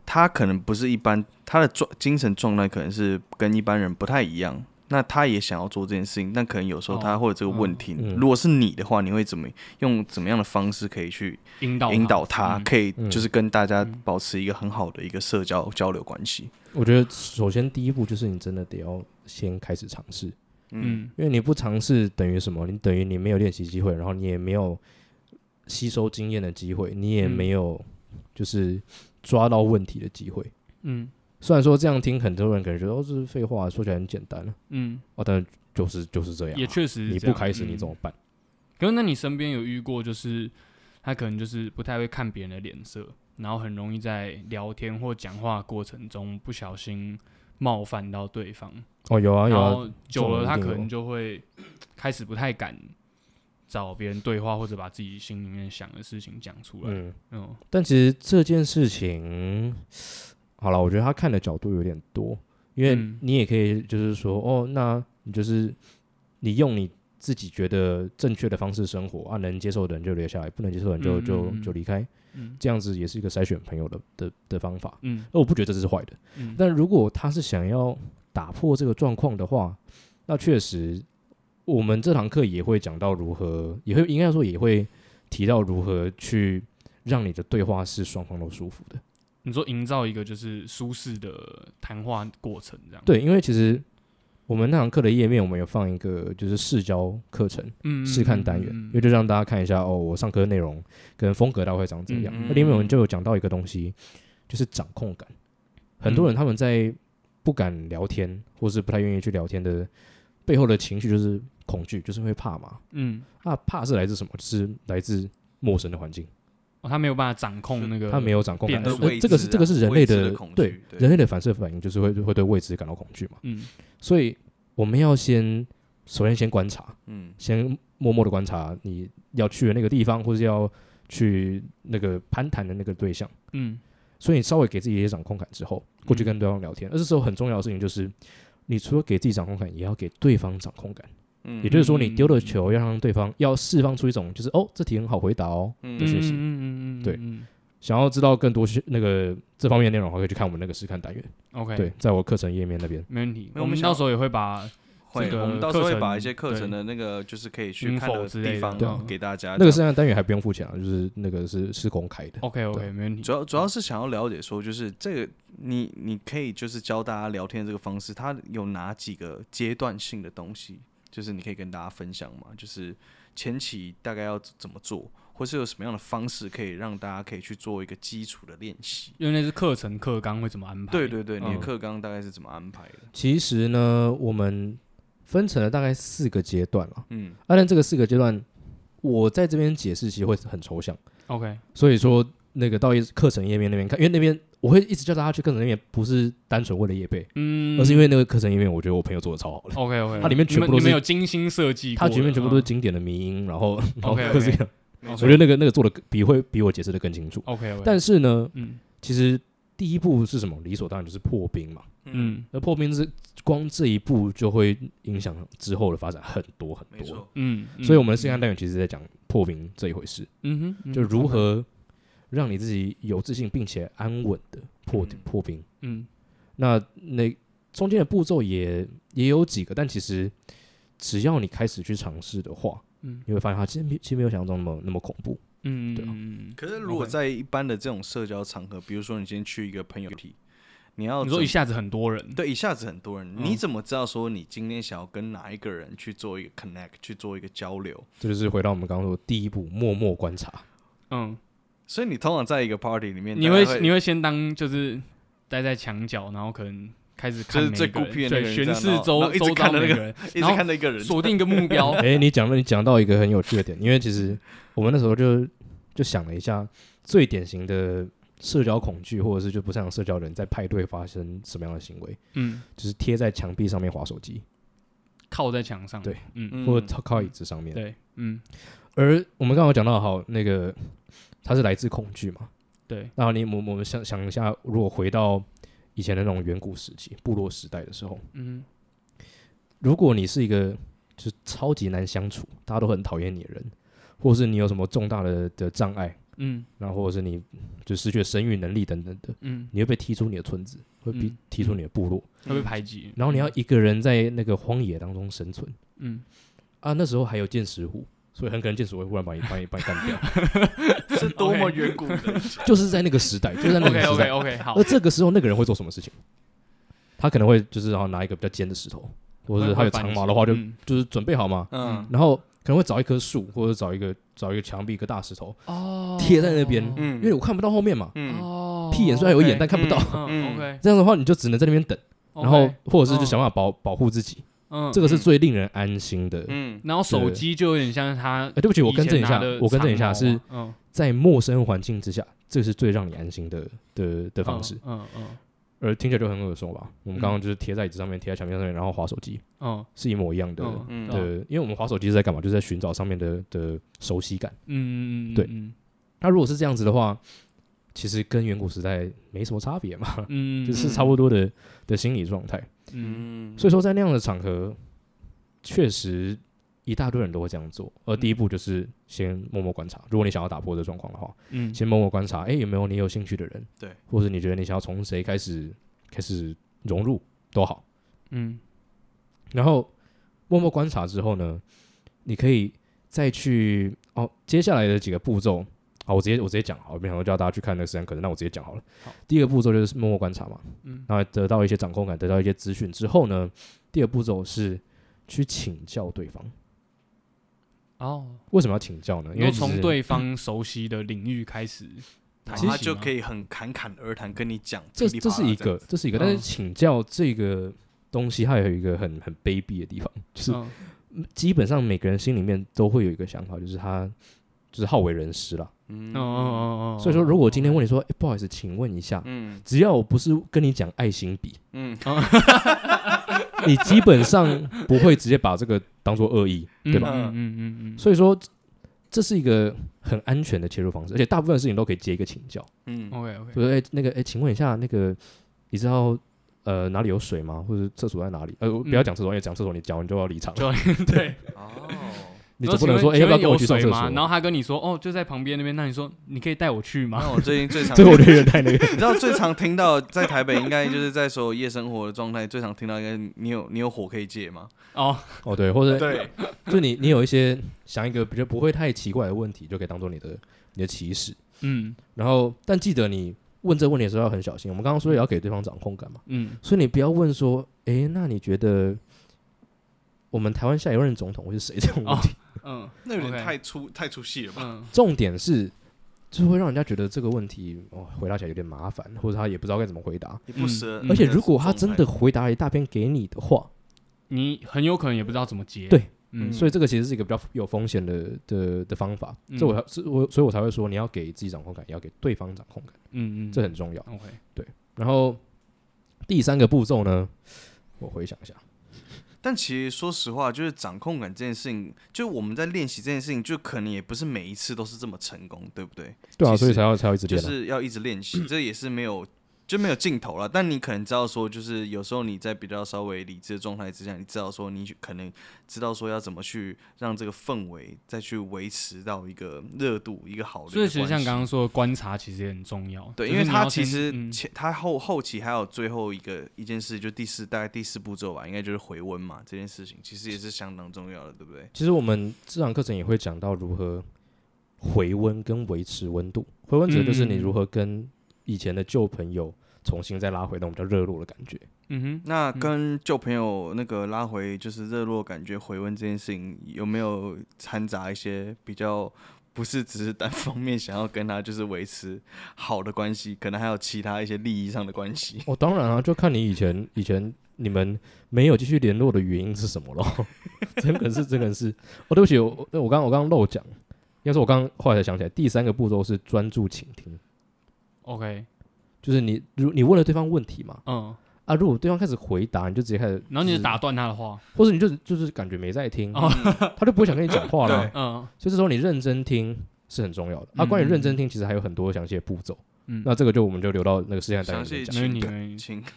[SPEAKER 3] 他可能不是一般，他的状精神状态可能是跟一般人不太一样。那他也想要做这件事情，但可能有
[SPEAKER 2] 哦
[SPEAKER 3] 时候他会有这个问题。
[SPEAKER 2] 嗯
[SPEAKER 3] 如果是你的话，你会怎么用怎么样的方式可以去
[SPEAKER 1] 引导
[SPEAKER 3] 引导他，
[SPEAKER 1] 嗯
[SPEAKER 3] 可以
[SPEAKER 2] 嗯
[SPEAKER 3] 就是跟大家保持一个很好的一个社交交流关系？
[SPEAKER 2] 我觉得首先第一步就是你真的得要先开始尝试，
[SPEAKER 3] 嗯
[SPEAKER 1] 嗯
[SPEAKER 2] 因为你不尝试等于什么？你等于你没有练习机会，然后你也没有吸收经验的机会，你也
[SPEAKER 1] 嗯
[SPEAKER 2] 没有就是抓到问题的机会。
[SPEAKER 1] 嗯
[SPEAKER 2] 虽然说这样听很多人感觉得哦，这是废话，说起来很简单
[SPEAKER 1] 嗯，
[SPEAKER 2] 哦，但就是就是这样啊、
[SPEAKER 1] 也确实是
[SPEAKER 2] 你
[SPEAKER 1] 这
[SPEAKER 2] 不
[SPEAKER 1] 样
[SPEAKER 2] 开始你
[SPEAKER 1] 嗯
[SPEAKER 2] 怎？么办？
[SPEAKER 1] 可是那你身边有遇过就是他可能就是不太会看别人的脸色，然后很容易在聊天或讲话过程中不小心冒犯到对方，
[SPEAKER 2] 哦，有啊有
[SPEAKER 1] 然
[SPEAKER 2] 啊，
[SPEAKER 1] 后久
[SPEAKER 2] 这种
[SPEAKER 1] 了，
[SPEAKER 2] 一
[SPEAKER 1] 他
[SPEAKER 2] 定
[SPEAKER 1] 可
[SPEAKER 2] 有
[SPEAKER 1] 能就会开始不太敢找别人对话，或者把自己心里面想的事情讲出来。
[SPEAKER 2] 嗯，
[SPEAKER 1] 嗯
[SPEAKER 2] 但其实这件事情，好了，我觉得他看的角度有点多，因为
[SPEAKER 1] 嗯
[SPEAKER 2] 你也可以就是说，哦，那你就是你用你自己觉得正确的方式生活啊，能接受的人就留下来，不能接受的人就
[SPEAKER 1] 嗯
[SPEAKER 2] 就
[SPEAKER 1] 嗯嗯
[SPEAKER 2] 就离开，
[SPEAKER 1] 嗯
[SPEAKER 2] 这样子也是一个筛选朋友的的的方法。呃
[SPEAKER 1] 嗯
[SPEAKER 2] 那我不觉得这是坏的，
[SPEAKER 1] 嗯，
[SPEAKER 2] 但如果他是想要打破这个状况的话，那确实，我们这堂课也会讲到如何，也会应该说也会提到如何去让你的对话是双方都舒服的。
[SPEAKER 1] 你说营造一个就是舒适的谈话过程，这样，
[SPEAKER 2] 对，因为其实我们那堂课的页面，我们有放一个就是试教课程
[SPEAKER 1] 嗯，
[SPEAKER 2] 试看单元，
[SPEAKER 1] 嗯
[SPEAKER 2] 因为就让大家看一下哦，我上课的内容跟风格大概会长怎样。
[SPEAKER 1] 嗯
[SPEAKER 2] 那里面我们就有讲到一个东西，就是掌控感。很多人他们在不敢聊天，或是不太愿意去聊天的背后的情绪就是恐惧，就是会怕嘛。
[SPEAKER 1] 嗯，
[SPEAKER 2] 啊，怕是来自什么？就是来自陌生的环境，
[SPEAKER 1] 哦，他没有办法掌控那个，
[SPEAKER 2] 他没有掌控
[SPEAKER 1] 变
[SPEAKER 2] 感。
[SPEAKER 1] 得
[SPEAKER 2] 呃
[SPEAKER 3] 未知
[SPEAKER 2] 这个是
[SPEAKER 3] 啊
[SPEAKER 2] 这个是人类
[SPEAKER 3] 未知的恐惧
[SPEAKER 2] 对
[SPEAKER 3] 对
[SPEAKER 2] 人类的反射反应，就是会会对未知感到恐惧嘛。
[SPEAKER 1] 嗯，
[SPEAKER 2] 所以我们要先首先先观察，
[SPEAKER 3] 嗯
[SPEAKER 2] 先默默的观察你要去的那个地方，或是要去那个攀谈的那个对象。
[SPEAKER 1] 嗯
[SPEAKER 2] 所以你稍微给自己一些掌控感之后，过去跟对方聊天。而这时候很重要的事情就是，你除了给自己掌控感，也要给对方掌控感。
[SPEAKER 3] 嗯
[SPEAKER 2] 也就是说，你丢的球要让对方要释放出一种就是哦，这题很好回答哦
[SPEAKER 3] 嗯
[SPEAKER 2] 的
[SPEAKER 1] 嗯
[SPEAKER 2] 讯息。
[SPEAKER 1] 嗯嗯嗯，
[SPEAKER 2] 对
[SPEAKER 1] 嗯
[SPEAKER 2] 想要知道更多是那个这 方面的内容的话，可以去看我们那个试看单元。
[SPEAKER 1] ，OK，
[SPEAKER 2] 对，在我课程页面那边。
[SPEAKER 1] 没问题。
[SPEAKER 3] 没有
[SPEAKER 1] 我
[SPEAKER 3] 我们
[SPEAKER 1] 们
[SPEAKER 3] 想
[SPEAKER 1] 到时候也会把
[SPEAKER 3] 会，
[SPEAKER 1] 这个
[SPEAKER 3] 我们到时候
[SPEAKER 1] 课
[SPEAKER 3] 会
[SPEAKER 1] 程
[SPEAKER 3] 把一些课
[SPEAKER 1] 对
[SPEAKER 3] 程的那个就是可以去
[SPEAKER 1] 嗯
[SPEAKER 3] 看
[SPEAKER 1] 否
[SPEAKER 3] 的
[SPEAKER 1] 之类的
[SPEAKER 3] 地方
[SPEAKER 1] 对哦啊
[SPEAKER 3] 给大家。
[SPEAKER 2] 那个是那个单元还不用付钱啊，就是那个是是公开的。
[SPEAKER 1] OK OK，没问题
[SPEAKER 3] 主。要主要是想要了解说，就是这个你你可以就是教大家聊天的这个方式，它有哪几个阶段性的东西，就是你可以跟大家分享嘛？就是前期大概要怎么做，或是有什么样的方式可以让大家可以去做一个基础的练习？
[SPEAKER 1] 因为那是课程课纲会怎么安排？
[SPEAKER 3] 对对对，你的
[SPEAKER 1] 嗯
[SPEAKER 3] 课纲大概是怎么安排的？
[SPEAKER 2] 其实呢，我们分成了大概四个阶段啊了。
[SPEAKER 3] 嗯，
[SPEAKER 2] 当然，这个四个阶段，我在这边解释其实会很抽象，
[SPEAKER 1] ，OK，
[SPEAKER 2] 所以说那个到一课程页面那边看，因为那边我会一直叫大家去课程页面，不是单纯为了页背，
[SPEAKER 1] 嗯，
[SPEAKER 2] 而是因为那个课程页面，我觉得我朋友做的超好的，
[SPEAKER 1] OK OK，
[SPEAKER 2] 它里面全部都是
[SPEAKER 1] 你们有精心设计过
[SPEAKER 2] 他
[SPEAKER 1] 的，
[SPEAKER 2] 前面全部都是
[SPEAKER 1] 嗯哦
[SPEAKER 2] 经典的迷音，然后然后
[SPEAKER 1] OK，OK
[SPEAKER 2] 各式各样，
[SPEAKER 3] 没
[SPEAKER 1] 哦
[SPEAKER 2] 我
[SPEAKER 3] 错
[SPEAKER 2] 觉得那个那个做的比会比我解释的更清楚。
[SPEAKER 1] OK OK，
[SPEAKER 2] 但是呢，
[SPEAKER 1] 嗯
[SPEAKER 2] 其实第一步是什么？理所当然就是破冰嘛。
[SPEAKER 1] 嗯
[SPEAKER 2] 那破冰是光这一步就会影响之后的发展很多很
[SPEAKER 3] 没
[SPEAKER 2] 多。
[SPEAKER 3] 错，
[SPEAKER 1] 嗯，嗯
[SPEAKER 2] 所以，我们的试看单元其实在讲破冰这一回事，
[SPEAKER 1] 嗯哼嗯哼，
[SPEAKER 2] 就如
[SPEAKER 1] OK，
[SPEAKER 2] 何让你自己有自信并且安稳的破
[SPEAKER 3] 嗯
[SPEAKER 2] 破冰。
[SPEAKER 1] 嗯
[SPEAKER 2] 那那中间的步骤也也有几个，但其实只要你开始去尝试的话，
[SPEAKER 1] 嗯
[SPEAKER 2] 你会发现它其实没其实没有想象中那么那么恐怖。
[SPEAKER 1] 嗯，
[SPEAKER 2] 对啊
[SPEAKER 1] 嗯嗯
[SPEAKER 3] 可是如果
[SPEAKER 1] OK
[SPEAKER 3] 在一般的这种社交场合，比如说你今天去一个朋友体，你要
[SPEAKER 1] 嗯你说
[SPEAKER 3] 怎
[SPEAKER 1] 一下子很多人，
[SPEAKER 3] 对，一下子很多人，你怎么知道说你今天想要跟哪一个人去做一个 connect，去做一个交流？
[SPEAKER 2] 这就是回到我们刚刚说的第一步，默默观察。 ，
[SPEAKER 1] 嗯，
[SPEAKER 3] 所以你通常在一个 party 里面，
[SPEAKER 1] 你
[SPEAKER 3] 大
[SPEAKER 1] 会
[SPEAKER 3] 家会
[SPEAKER 1] 你会先当就是待在墙角，然后可能开始
[SPEAKER 3] 就
[SPEAKER 1] 看
[SPEAKER 3] 是
[SPEAKER 1] 每
[SPEAKER 3] 最
[SPEAKER 1] 一个
[SPEAKER 3] 孤
[SPEAKER 1] 人
[SPEAKER 3] 僻的那
[SPEAKER 1] 对，
[SPEAKER 3] 个人
[SPEAKER 1] 巡
[SPEAKER 3] 这样
[SPEAKER 1] 视
[SPEAKER 3] 然后然
[SPEAKER 1] 周
[SPEAKER 3] 后一直
[SPEAKER 1] 周
[SPEAKER 3] 看
[SPEAKER 1] 遭
[SPEAKER 3] 着
[SPEAKER 1] 每
[SPEAKER 3] 那个
[SPEAKER 1] 人，
[SPEAKER 3] 一直
[SPEAKER 1] 然后
[SPEAKER 3] 看着一个人，
[SPEAKER 1] 锁定一个 目标
[SPEAKER 2] 哎、你讲了，你讲到一个很有趣的点，因为其实我们那时候就就想了一下，最典型的社交恐惧，或者是就不擅社交的人在派对发生什么样的行为，
[SPEAKER 1] 嗯，
[SPEAKER 2] 就是贴在墙壁上面划手机，
[SPEAKER 1] 靠在墙上，
[SPEAKER 2] 对，
[SPEAKER 1] 嗯
[SPEAKER 3] 嗯
[SPEAKER 2] 或者靠靠椅子上面。
[SPEAKER 1] 对，嗯
[SPEAKER 2] 而我们刚刚讲到，好，那个它是来自恐惧嘛？
[SPEAKER 1] 对，
[SPEAKER 2] 那你我们我们想想一下，如果回到以前的那种远古时期、部落时代的时候，
[SPEAKER 1] 嗯
[SPEAKER 2] 如果你是一个就是超级难相处，大家都很讨厌你的人，或是你有什么重大的的障碍，
[SPEAKER 1] 嗯
[SPEAKER 2] 然后或者是你就失去了生育能力等等的，
[SPEAKER 1] 嗯，
[SPEAKER 2] 你会被踢出你的村子，会被
[SPEAKER 1] 嗯
[SPEAKER 2] 踢出你的部落，
[SPEAKER 1] 会
[SPEAKER 3] 嗯
[SPEAKER 1] 被排挤，
[SPEAKER 2] 然后你要一个人在那个荒野当中生存
[SPEAKER 1] 嗯，
[SPEAKER 2] 啊。那时候还有剑石虎，所以很可能剑石虎会忽然把你把你把你干掉，
[SPEAKER 3] 是多么远古的人，
[SPEAKER 2] 就是在那个时代，就是在那个
[SPEAKER 1] OK
[SPEAKER 2] 时
[SPEAKER 1] OK
[SPEAKER 2] 代。
[SPEAKER 1] OK，好
[SPEAKER 2] 而，这个时候，那个人会做什么事情？他可能会就是然后拿一个比较尖的石头，或者是他有长矛的话，就
[SPEAKER 1] 嗯
[SPEAKER 2] 就是准备好嘛。
[SPEAKER 3] 嗯
[SPEAKER 2] 然后可能会找一棵树，或者找一个找一个墙壁、一个大石头，
[SPEAKER 1] 哦
[SPEAKER 2] 贴在那边
[SPEAKER 3] 嗯，
[SPEAKER 2] 因为我看不到后面嘛。
[SPEAKER 3] 嗯
[SPEAKER 1] 哦，
[SPEAKER 2] 屁眼虽然有眼，但
[SPEAKER 1] OK，
[SPEAKER 2] 看不到。
[SPEAKER 1] 嗯
[SPEAKER 3] 嗯
[SPEAKER 1] OK，
[SPEAKER 2] 这样的话，你就只能在那边等。然后
[SPEAKER 1] OK，
[SPEAKER 2] 或者
[SPEAKER 1] 嗯
[SPEAKER 2] 是就想办法保保护自己，
[SPEAKER 1] 嗯
[SPEAKER 2] 这个是
[SPEAKER 3] 嗯
[SPEAKER 2] 最令人安心的。哎，
[SPEAKER 3] 嗯
[SPEAKER 1] 然后手机就有点像他
[SPEAKER 2] 对不起，我
[SPEAKER 1] 以
[SPEAKER 2] 更
[SPEAKER 1] 前
[SPEAKER 2] 正一
[SPEAKER 1] 拿
[SPEAKER 2] 下
[SPEAKER 1] 的，
[SPEAKER 2] 我更正一
[SPEAKER 1] 长
[SPEAKER 2] 下，
[SPEAKER 1] 毛
[SPEAKER 2] 是
[SPEAKER 1] 嘛嗯
[SPEAKER 2] 在陌生环境之下，这是最让你安心的的的方式。
[SPEAKER 1] 嗯嗯
[SPEAKER 2] 而呃听起来就很耳熟吧？我们刚刚就是贴在椅子上面，贴在墙壁上面，然后划手机，
[SPEAKER 1] 嗯
[SPEAKER 2] 是一模一样的。
[SPEAKER 1] 嗯
[SPEAKER 3] 嗯
[SPEAKER 1] 嗯，
[SPEAKER 2] 对
[SPEAKER 1] 对，，
[SPEAKER 2] 因为我们划手机是在干嘛？就是在寻找上面的的熟悉感。
[SPEAKER 1] 嗯嗯嗯，
[SPEAKER 2] 对
[SPEAKER 1] 嗯
[SPEAKER 2] 那如果是这样子的话，其实跟远古时代没什么差别嘛，
[SPEAKER 1] 嗯，
[SPEAKER 2] 就是差不多的的心理状态。
[SPEAKER 1] 嗯，
[SPEAKER 3] 嗯
[SPEAKER 2] 所以说，在那样的场合，确实一大堆人都会这样做。而第一步就是先默默观察，如果你想要打破这状况的话，
[SPEAKER 1] 嗯
[SPEAKER 2] 先默默观察，哎、有没有你有兴趣的人？
[SPEAKER 3] 对，
[SPEAKER 2] 或者你觉得你想要从谁开始开始融入都好。
[SPEAKER 1] 嗯
[SPEAKER 2] 然后默默观察之后呢，你可以再去哦，接下来的几个步骤。好，我直接我直接讲好，我没想说叫大家去看那个实验课程，那我直接讲好了。
[SPEAKER 1] 好
[SPEAKER 2] 第一个步骤就是默默观察嘛，
[SPEAKER 1] 嗯
[SPEAKER 2] 然后得到一些掌控感，得到一些资讯之后呢，第二步骤是去请教对方。
[SPEAKER 1] 哦，
[SPEAKER 2] 为什么要请教呢？因
[SPEAKER 1] 因
[SPEAKER 2] 为
[SPEAKER 1] 为
[SPEAKER 2] 其实
[SPEAKER 1] 从对方熟悉的领域开始谈起
[SPEAKER 3] 他
[SPEAKER 1] 吗，
[SPEAKER 3] 就可以很侃侃而谈，跟你讲
[SPEAKER 2] 这
[SPEAKER 3] 噼里
[SPEAKER 2] 这
[SPEAKER 3] 啪啦
[SPEAKER 2] 是一个
[SPEAKER 3] 样，
[SPEAKER 2] 这是一个，
[SPEAKER 1] 嗯
[SPEAKER 2] 但是请教这个东西，还有一个很很卑鄙的地方，就是
[SPEAKER 1] 嗯
[SPEAKER 2] 基本上每个人心里面都会有一个想法，就是他就是好为人师啦。
[SPEAKER 1] 嗯嗯嗯嗯，
[SPEAKER 2] 所以说，如果我今天问你说，哎，不好意思，请问一下，
[SPEAKER 3] 嗯
[SPEAKER 2] 只要我不是跟你讲爱心笔，
[SPEAKER 3] 嗯
[SPEAKER 2] 你基本上不会直接把这个当做恶意，
[SPEAKER 1] 嗯
[SPEAKER 2] 对吧？
[SPEAKER 1] 嗯嗯嗯嗯，
[SPEAKER 2] 所以说，这是一个很安全的切入方式，而且大部分事情都可以接一个请教。
[SPEAKER 3] 嗯嗯
[SPEAKER 1] OK OK，
[SPEAKER 2] 就是哎、那个哎、请问一下，那个你知道呃哪里有水吗？或者厕所在哪里？呃，我不要
[SPEAKER 1] 嗯
[SPEAKER 2] 讲厕所，因为讲厕所你讲完就要离场了。
[SPEAKER 1] 就对，
[SPEAKER 3] 哦，
[SPEAKER 2] 你
[SPEAKER 1] 然后
[SPEAKER 2] 总不能说哎、
[SPEAKER 1] 请
[SPEAKER 2] 要
[SPEAKER 1] 问
[SPEAKER 2] 不要
[SPEAKER 1] 请问
[SPEAKER 2] 跟我去
[SPEAKER 1] 有
[SPEAKER 2] 上
[SPEAKER 1] 水
[SPEAKER 2] 厕所？
[SPEAKER 1] 吗？然后他跟你说哦，就在旁边那边，那你说你可以带我去吗？
[SPEAKER 3] 那我最近最常
[SPEAKER 2] 这个我觉得有点太那个。
[SPEAKER 3] 你知道最常听到在台北，应该就是在所有夜生活的状态，最常听到应该是你有你有火可以借吗？
[SPEAKER 1] 哦，
[SPEAKER 2] 哦，对，或者
[SPEAKER 3] 对，
[SPEAKER 2] 就你你有一些想一个比较不会太奇怪的问题，就可以当做你的你的起始。
[SPEAKER 1] 嗯
[SPEAKER 2] 然后，但记得你问这个问题的时候要很小心。我们刚刚说也要给对方掌控感嘛，
[SPEAKER 1] 嗯
[SPEAKER 2] 所以你不要问说，诶，那你觉得我们台湾下一任总统会是谁这种问题？
[SPEAKER 1] 嗯
[SPEAKER 3] 那有点
[SPEAKER 1] OK
[SPEAKER 3] 太粗太粗细了吧？
[SPEAKER 1] 嗯，
[SPEAKER 2] 重点是，就是会让人家觉得这个问题哦回答起来有点麻烦，或者他也不知道该怎么回答。
[SPEAKER 3] 也不嗯舍。
[SPEAKER 2] 嗯
[SPEAKER 1] 嗯
[SPEAKER 2] 而且，如果他真的回答了一大篇给你的话，
[SPEAKER 1] 你很有可能也不知道怎么接。
[SPEAKER 2] 对
[SPEAKER 1] 嗯，
[SPEAKER 2] 所以这个其实是一个比较有风险的的的方法。
[SPEAKER 1] 嗯
[SPEAKER 2] 这我是我，所以我才会说你要给自己掌控感，也要给对方掌控感，
[SPEAKER 1] 嗯嗯，
[SPEAKER 2] 这很重要。
[SPEAKER 1] OK。
[SPEAKER 2] 然后第三个步骤呢，我回想一下，
[SPEAKER 3] 但其实说实话，就是掌控感这件事情，就我们在练习这件事情，就可能也不是每一次都是这么成功，对不对？
[SPEAKER 2] 对啊，
[SPEAKER 3] 其实
[SPEAKER 2] 所以才要才要一直
[SPEAKER 3] 就
[SPEAKER 2] 练、啊。
[SPEAKER 3] 是要一直练 习，这也是没有就没有尽头了。但你可能知道说，就是有时候你在比较稍微理智的状态之下，你知道说你可能知道说要怎么去让这个氛围再去维持到一个热度，一个好的一个关
[SPEAKER 1] 所以
[SPEAKER 3] 系。
[SPEAKER 1] 其实像刚刚说的观察，其实也很重要。
[SPEAKER 3] 对，
[SPEAKER 1] 就
[SPEAKER 3] 因
[SPEAKER 1] 是
[SPEAKER 3] 为
[SPEAKER 1] 你
[SPEAKER 3] 他
[SPEAKER 1] 要
[SPEAKER 3] 其
[SPEAKER 1] 先
[SPEAKER 3] 实
[SPEAKER 1] 嗯
[SPEAKER 3] 前他后后期还有最后一个一件事，就第四大概第四步骤吧，应该就是回温嘛，这件事情其实也是相当重要的，对不对？
[SPEAKER 2] 其实我们这堂课程也会讲到如何回温跟维持温度。回温指的就是你如何跟以前的旧朋友重新再拉回那种比较热络的感觉。
[SPEAKER 1] 嗯
[SPEAKER 3] 那跟旧朋友那个拉回就是热络感觉回温这件事情，有没有掺杂一些比较不是只是单方面想要跟他就是维持好的关系，可能还有其他一些利益上的关系？
[SPEAKER 2] 哦，当然啊，就看你以前以前你们没有继续联络的原因是什么咯。 真的是真的是，哦，对不起，我我刚我刚刚漏讲，应该是我刚刚后来才想起来，第三个步骤是专注倾听，
[SPEAKER 1] ，OK，
[SPEAKER 2] 就是你如你问了对方问题嘛，
[SPEAKER 1] 嗯，
[SPEAKER 2] 啊，如果对方开始回答，你就直接开始，
[SPEAKER 1] 然后你
[SPEAKER 2] 就
[SPEAKER 1] 就打断他的话，
[SPEAKER 2] 是，或者你就就是感觉没在听，
[SPEAKER 1] 哦
[SPEAKER 2] 他就不会想跟你讲话了啊。
[SPEAKER 1] 嗯
[SPEAKER 2] 所以这时候你认真听是很重要的。啊，
[SPEAKER 1] 嗯
[SPEAKER 2] 关于认真听，其实还有很多详细的步骤，
[SPEAKER 1] 嗯，
[SPEAKER 2] 那这个就我们就留到那个实验单元
[SPEAKER 3] 详
[SPEAKER 2] 里面
[SPEAKER 3] 细
[SPEAKER 2] 讲。
[SPEAKER 1] 没问题没问
[SPEAKER 2] 嗯
[SPEAKER 3] 请
[SPEAKER 1] 题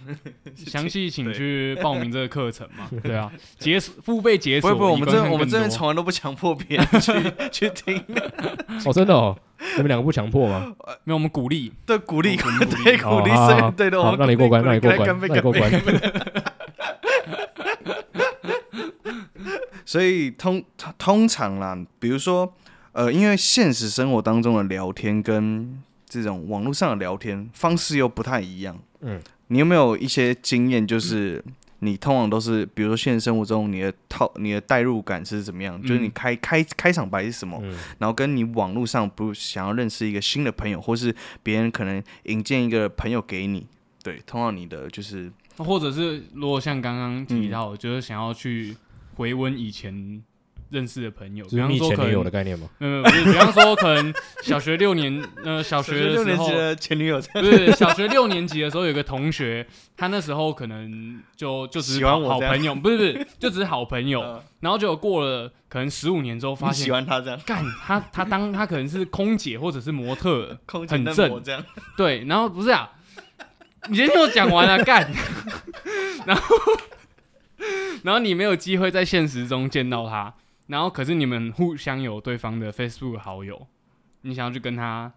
[SPEAKER 3] 请
[SPEAKER 1] 详细请去报名这个课程 嘛，对啊，解锁付费解
[SPEAKER 3] 不
[SPEAKER 1] 锁，
[SPEAKER 3] 会不会，我
[SPEAKER 1] 你
[SPEAKER 3] 们
[SPEAKER 1] 观
[SPEAKER 3] 这
[SPEAKER 1] 看
[SPEAKER 3] 我们
[SPEAKER 1] 更
[SPEAKER 3] 这边
[SPEAKER 1] 多
[SPEAKER 3] 从来都不强迫别人去 去听，
[SPEAKER 2] 哦，真的哦，你们两个不强迫吗？
[SPEAKER 1] 没有我们鼓励，
[SPEAKER 3] 对鼓励
[SPEAKER 2] 哦
[SPEAKER 1] 我们鼓
[SPEAKER 3] 对
[SPEAKER 1] 励
[SPEAKER 3] 鼓励
[SPEAKER 2] 好好好
[SPEAKER 3] 声，对的，我
[SPEAKER 2] 好，
[SPEAKER 3] 们
[SPEAKER 2] 让你过关，让你过关，
[SPEAKER 3] 干杯
[SPEAKER 2] 让你过。
[SPEAKER 3] 干杯干杯
[SPEAKER 2] 关。
[SPEAKER 3] 所以通通通常啦，比如说，呃，因为现实生活当中的聊天跟这种网络上的聊天方式又不太一样。
[SPEAKER 2] 嗯，
[SPEAKER 3] 你有没有一些经验，就是你通常都是，比如说现实生活中你的套、你的代入感是怎么样？就是你
[SPEAKER 1] 嗯
[SPEAKER 3] 开开开场白是什么？
[SPEAKER 2] 嗯，
[SPEAKER 3] 然后跟你网络上不想要认识一个新的朋友，或是别人可能引荐一个朋友给你，对，通常你的就是
[SPEAKER 1] 或者是如果像刚刚提
[SPEAKER 3] 嗯
[SPEAKER 1] 到的，就是想要去回温以前认识的朋友，
[SPEAKER 2] 就
[SPEAKER 1] 比
[SPEAKER 2] 是
[SPEAKER 1] 方
[SPEAKER 2] 你
[SPEAKER 1] 说
[SPEAKER 2] 前
[SPEAKER 1] 可
[SPEAKER 2] 女友的
[SPEAKER 1] 能。
[SPEAKER 2] 概念吗？
[SPEAKER 1] 没有，没有不是比方说，可能小学六年，呃，小学的
[SPEAKER 3] 六
[SPEAKER 1] 时
[SPEAKER 3] 年
[SPEAKER 1] 候
[SPEAKER 3] 级，的前女友
[SPEAKER 1] 不是小学六年级的时候，有个同学，他那时候可能就就只
[SPEAKER 3] 喜
[SPEAKER 1] 是
[SPEAKER 3] 欢
[SPEAKER 1] 好
[SPEAKER 3] 我
[SPEAKER 1] 好
[SPEAKER 3] 这样
[SPEAKER 1] 朋友，不是不是，就只是好朋友。
[SPEAKER 3] 呃
[SPEAKER 1] 然后就过了可能十五年之后，发
[SPEAKER 3] 你喜
[SPEAKER 1] 现
[SPEAKER 3] 欢他这样，
[SPEAKER 1] 干他他当他可能是空姐或者是模特儿，
[SPEAKER 3] 空姐
[SPEAKER 1] 很
[SPEAKER 3] 嫩
[SPEAKER 1] 正
[SPEAKER 3] 模这样，
[SPEAKER 1] 对，然后不是啊，你先听我讲完了，干，然后然后你没有机会在现实中见到他，然后可是你们互相有对方的 Facebook 好友，你想要去跟他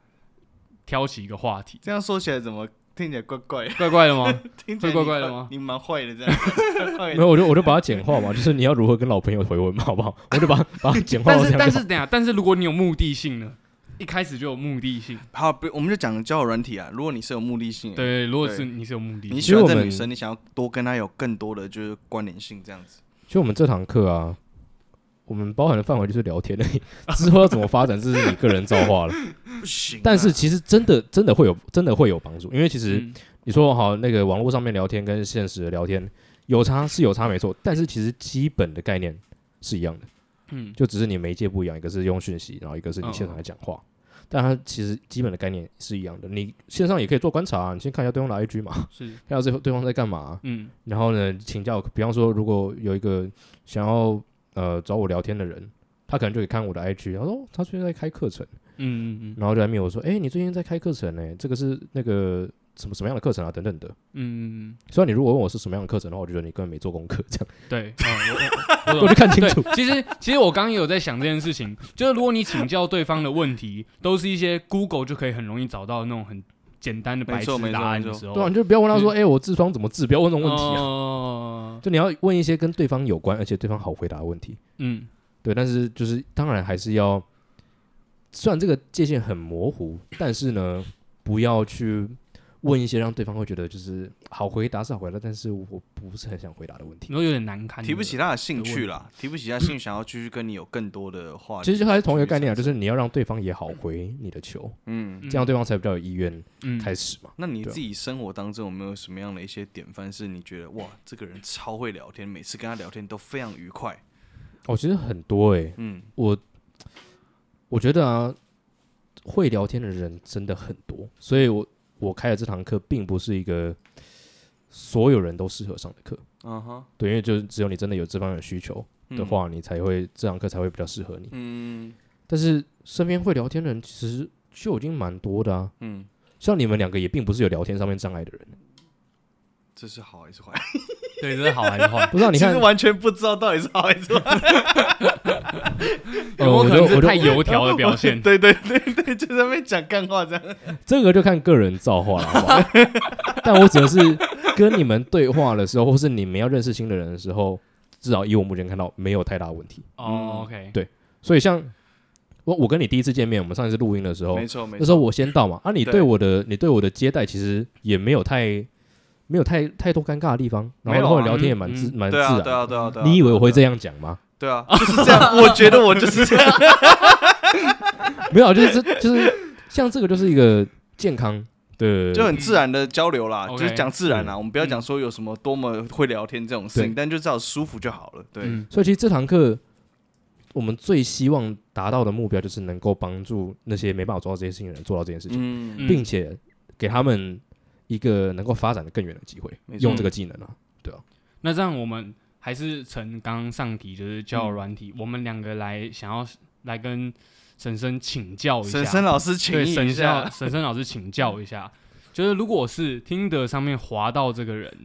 [SPEAKER 1] 挑起一个话题，
[SPEAKER 3] 这样说起来怎么听起来怪怪的？
[SPEAKER 1] 怪怪的吗？
[SPEAKER 3] 听起来
[SPEAKER 1] 会怪
[SPEAKER 3] 你
[SPEAKER 1] 怪的
[SPEAKER 3] 怪
[SPEAKER 1] 吗
[SPEAKER 3] 你蛮坏的这 样，怪怪
[SPEAKER 2] 没
[SPEAKER 3] 的
[SPEAKER 2] 有，我就我就把它简化嘛，就是你要如何跟老朋友回温嘛，好不好？我就把它把它简化
[SPEAKER 1] 但是
[SPEAKER 2] 到这
[SPEAKER 1] 但
[SPEAKER 2] 样。
[SPEAKER 1] 是等一下，但是如果你有目的性呢？一开始就有目的性，
[SPEAKER 3] 好，不，我们就讲交友软体啊。如果你是有目的性的，
[SPEAKER 1] 对，如果
[SPEAKER 3] 对
[SPEAKER 1] 是你是有目的
[SPEAKER 3] 你
[SPEAKER 1] 性，
[SPEAKER 3] 喜欢
[SPEAKER 2] 其实
[SPEAKER 3] 这
[SPEAKER 2] 我
[SPEAKER 3] 女
[SPEAKER 2] 们
[SPEAKER 3] 生，你想要多跟她有更多的就是关联性这样子。
[SPEAKER 2] 就我们这堂课啊，我们包含的范围就是聊天而已，之后要怎么发展，这是你个人造化了。
[SPEAKER 3] 不行啊，
[SPEAKER 2] 但是其实真的真的会有真的会有帮助，因为其实
[SPEAKER 1] 嗯
[SPEAKER 2] 你说好那个网络上面聊天跟现实的聊天有差是有差没错，但是其实基本的概念是一样的，
[SPEAKER 1] 嗯
[SPEAKER 2] 就只是你媒介不一样，一个是用讯息，然后一个是你现场来讲话。但它其实基本的概念是一样的，你线上也可以做观察、啊，你先看一下对方的 IG 嘛，
[SPEAKER 1] 是
[SPEAKER 2] 看一下对对方在干嘛啊、
[SPEAKER 1] 嗯
[SPEAKER 2] 然后呢，请教，比方说，如果有一个想要呃找我聊天的人，他可能就可以看我的 IG，然后说、哦、他最近在开课程，
[SPEAKER 1] 嗯嗯嗯
[SPEAKER 2] 然后就来面我说，哎、你最近在开课程呢、这个是那个什么什么样的课程啊等等的。
[SPEAKER 1] 嗯，
[SPEAKER 2] 虽然你如果问我是什么样的课程的话，我觉得你根本没做功课，这样
[SPEAKER 1] 对，嗯我我我
[SPEAKER 2] 我
[SPEAKER 1] 懂
[SPEAKER 2] 就看清
[SPEAKER 1] 对
[SPEAKER 2] 楚。，
[SPEAKER 1] 其实其实我刚刚也有在想这件事情， 就是如果你请教对方的问题，都是一些 Google 就可以很容易找到那种很简单的白
[SPEAKER 3] 没
[SPEAKER 1] 痴
[SPEAKER 3] 错没错
[SPEAKER 1] 答案
[SPEAKER 3] 没
[SPEAKER 1] 的
[SPEAKER 3] 错
[SPEAKER 1] 时候，
[SPEAKER 2] 对啊，你就不要问他说，哎、我痔疮怎么治？不要问这种问题啊。
[SPEAKER 1] 嗯哦
[SPEAKER 2] 就你要问一些跟对方有关，而且对方好回答的问题。
[SPEAKER 1] 嗯，
[SPEAKER 2] 对，但是就是当然还是要，虽然这个界限很模糊，但是呢，不要去问一些让对方会觉得就是好回答是好回答，但是我不是很想回答的问
[SPEAKER 1] 你
[SPEAKER 2] 题。
[SPEAKER 1] 说有点难堪，
[SPEAKER 3] 提不起他的兴趣啦，提不起他兴趣，想要继续跟你有更多的话题。
[SPEAKER 2] 嗯其实还是同一个概念啊，就是你要让对方也好回你的球，
[SPEAKER 3] 嗯，
[SPEAKER 1] 嗯，
[SPEAKER 2] 这样对方才比较有意愿
[SPEAKER 1] 嗯
[SPEAKER 2] 开始嘛。
[SPEAKER 3] 那你
[SPEAKER 2] 对啊
[SPEAKER 3] 自己生活当中有没有什么样的一些典范，是你觉得哇，这个人超会聊天，每次跟他聊天都非常愉快？
[SPEAKER 2] 哦，其实很多诶、
[SPEAKER 3] 嗯，
[SPEAKER 2] 我我觉得啊，会聊天的人真的很多，所以我我开的这堂课并不是一个所有人都适合上的课。
[SPEAKER 3] 啊哈，
[SPEAKER 2] 对，因为就是只有你真的有这方面的需求
[SPEAKER 3] 嗯
[SPEAKER 2] 的，话，你才会这堂课才会比较适合你。
[SPEAKER 3] 嗯
[SPEAKER 2] 但是身边会聊天的人其实就已经蛮多的啊，
[SPEAKER 3] 嗯，
[SPEAKER 2] 像你们两个也并不是有聊天上面障碍的人，
[SPEAKER 3] 这是好还是坏？
[SPEAKER 1] 对，这是好还是 坏？
[SPEAKER 2] 不知道 你
[SPEAKER 3] 其
[SPEAKER 2] 看
[SPEAKER 3] 实，完全不知道到底是好还是坏。
[SPEAKER 2] 呃
[SPEAKER 1] 有
[SPEAKER 2] 哦我
[SPEAKER 1] 可
[SPEAKER 2] 就
[SPEAKER 1] 能是
[SPEAKER 2] 我就
[SPEAKER 1] 太油条的表现？
[SPEAKER 3] 对对对对，就在那边讲干话这样。
[SPEAKER 2] 这个就看个人造化了，好不好？但我指的是跟你们对话的时候，或是你们要认识新的人的时候，至少以我目前看到没有太大问题。
[SPEAKER 1] 哦，OK，
[SPEAKER 2] 所以像我我跟你第一次见面，我们上一次录音的
[SPEAKER 1] 哦
[SPEAKER 2] 时候，
[SPEAKER 3] 没错没
[SPEAKER 2] 那
[SPEAKER 3] 错，
[SPEAKER 2] 时候我先到嘛，啊，你
[SPEAKER 3] 对
[SPEAKER 2] 对我的你对我的接待其实也没有太没有太太多尴尬的地方，然
[SPEAKER 3] 没有
[SPEAKER 2] 后
[SPEAKER 3] 啊
[SPEAKER 2] 后来聊天也蛮自
[SPEAKER 1] 嗯
[SPEAKER 2] 蛮自
[SPEAKER 3] 对啊对
[SPEAKER 2] 然。
[SPEAKER 3] 啊对啊对啊。
[SPEAKER 2] 你以为我会这
[SPEAKER 3] 样？
[SPEAKER 2] 样讲吗？
[SPEAKER 3] 对啊，就是这样。我觉得我就是这样。
[SPEAKER 2] 没有，啊就是这就是像这个就是一个健康的，
[SPEAKER 3] 就很自然的交流啦，
[SPEAKER 1] OK 嗯
[SPEAKER 3] 就是讲自然啊啦，我们不要讲说有什么多么会聊天这种事情，
[SPEAKER 2] 对
[SPEAKER 3] 但就至少舒服就好了。对，
[SPEAKER 1] 嗯
[SPEAKER 2] 所以其实这堂课我们最希望达到的目标就是能够帮助那些没办法做到这些事情的人做到这件事情，
[SPEAKER 3] 嗯，
[SPEAKER 1] 嗯
[SPEAKER 2] 并且给他们一个能够发展的更远的机会，
[SPEAKER 3] 没错
[SPEAKER 2] 用这个技能啊。
[SPEAKER 1] 那这样我们还是从刚刚上题就是
[SPEAKER 2] 嗯
[SPEAKER 1] 交友软体，我们两个来想要来跟婶婶请教一下，
[SPEAKER 3] 沈森老师，请
[SPEAKER 1] 对
[SPEAKER 3] 你
[SPEAKER 1] 沈
[SPEAKER 3] 一
[SPEAKER 1] 校
[SPEAKER 3] 下。
[SPEAKER 1] 沈森老师请教一下，就是如果是听得上面滑到这个人，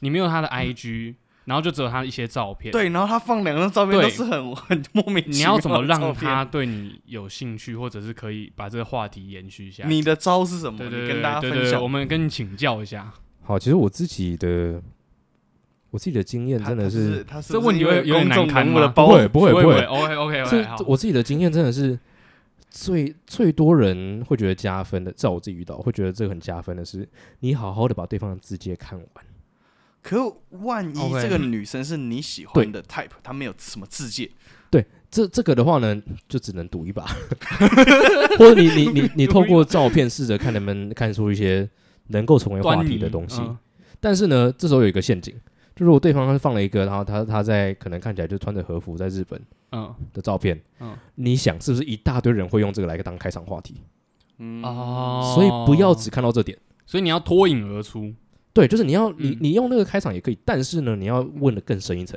[SPEAKER 1] 你没有他的 IG，、然后就只有他的一些照片，，
[SPEAKER 3] 嗯对，然后他放两张照片
[SPEAKER 1] 对
[SPEAKER 3] 都是很很莫名其妙。
[SPEAKER 1] 你要怎么让他？对你有兴趣，或者是可以把这个话题延续下去？
[SPEAKER 3] 你的招是什么？
[SPEAKER 1] 对
[SPEAKER 3] 你
[SPEAKER 1] 对
[SPEAKER 3] 跟
[SPEAKER 1] 对
[SPEAKER 3] 大家
[SPEAKER 1] 对
[SPEAKER 3] 分
[SPEAKER 1] 对对，
[SPEAKER 3] 享
[SPEAKER 1] 我。们跟你请教一下，
[SPEAKER 2] 好，其实我自己的我自己的经验
[SPEAKER 3] 他
[SPEAKER 2] 真的
[SPEAKER 3] 他
[SPEAKER 2] 是
[SPEAKER 3] 是，他是
[SPEAKER 1] 这
[SPEAKER 3] 不是
[SPEAKER 1] 问题会
[SPEAKER 3] 因为
[SPEAKER 1] 有点
[SPEAKER 3] 公众
[SPEAKER 1] 难堪
[SPEAKER 3] 人物的
[SPEAKER 1] 吗
[SPEAKER 3] 包
[SPEAKER 2] 不会不会不会
[SPEAKER 1] ，OK OK
[SPEAKER 2] 这
[SPEAKER 1] OK，好，
[SPEAKER 2] 我自己的经验真的是最最多人会觉得加分的，在我自己遇到会觉得这个很加分的是，你好好的把对方的字节看完。
[SPEAKER 3] 可万一
[SPEAKER 1] OK
[SPEAKER 3] 这个女生是你喜欢的 type，她没有什么自介，
[SPEAKER 2] 这这个的话呢，就只能赌一把， 或者你你你你透过照片试着看能不能看出一些能够成为话
[SPEAKER 1] 端
[SPEAKER 2] 题
[SPEAKER 1] 倪
[SPEAKER 2] 的东西。
[SPEAKER 1] 嗯
[SPEAKER 2] 但是呢，这时候有一个陷阱，就如果对方他放了一个，然后他他在可能看起来就穿着和服在日本
[SPEAKER 1] 嗯
[SPEAKER 2] 的照片，
[SPEAKER 1] 嗯
[SPEAKER 2] 你想是不是一大堆人会用这个来当开场话题？
[SPEAKER 3] 嗯，
[SPEAKER 1] 哦，
[SPEAKER 2] 所以不要只，看到这点。
[SPEAKER 1] 所以你要脱颖而出，
[SPEAKER 2] 对，就是你要你
[SPEAKER 1] 嗯
[SPEAKER 2] 你用那个开场也可以，但是呢，你要问的更深一层。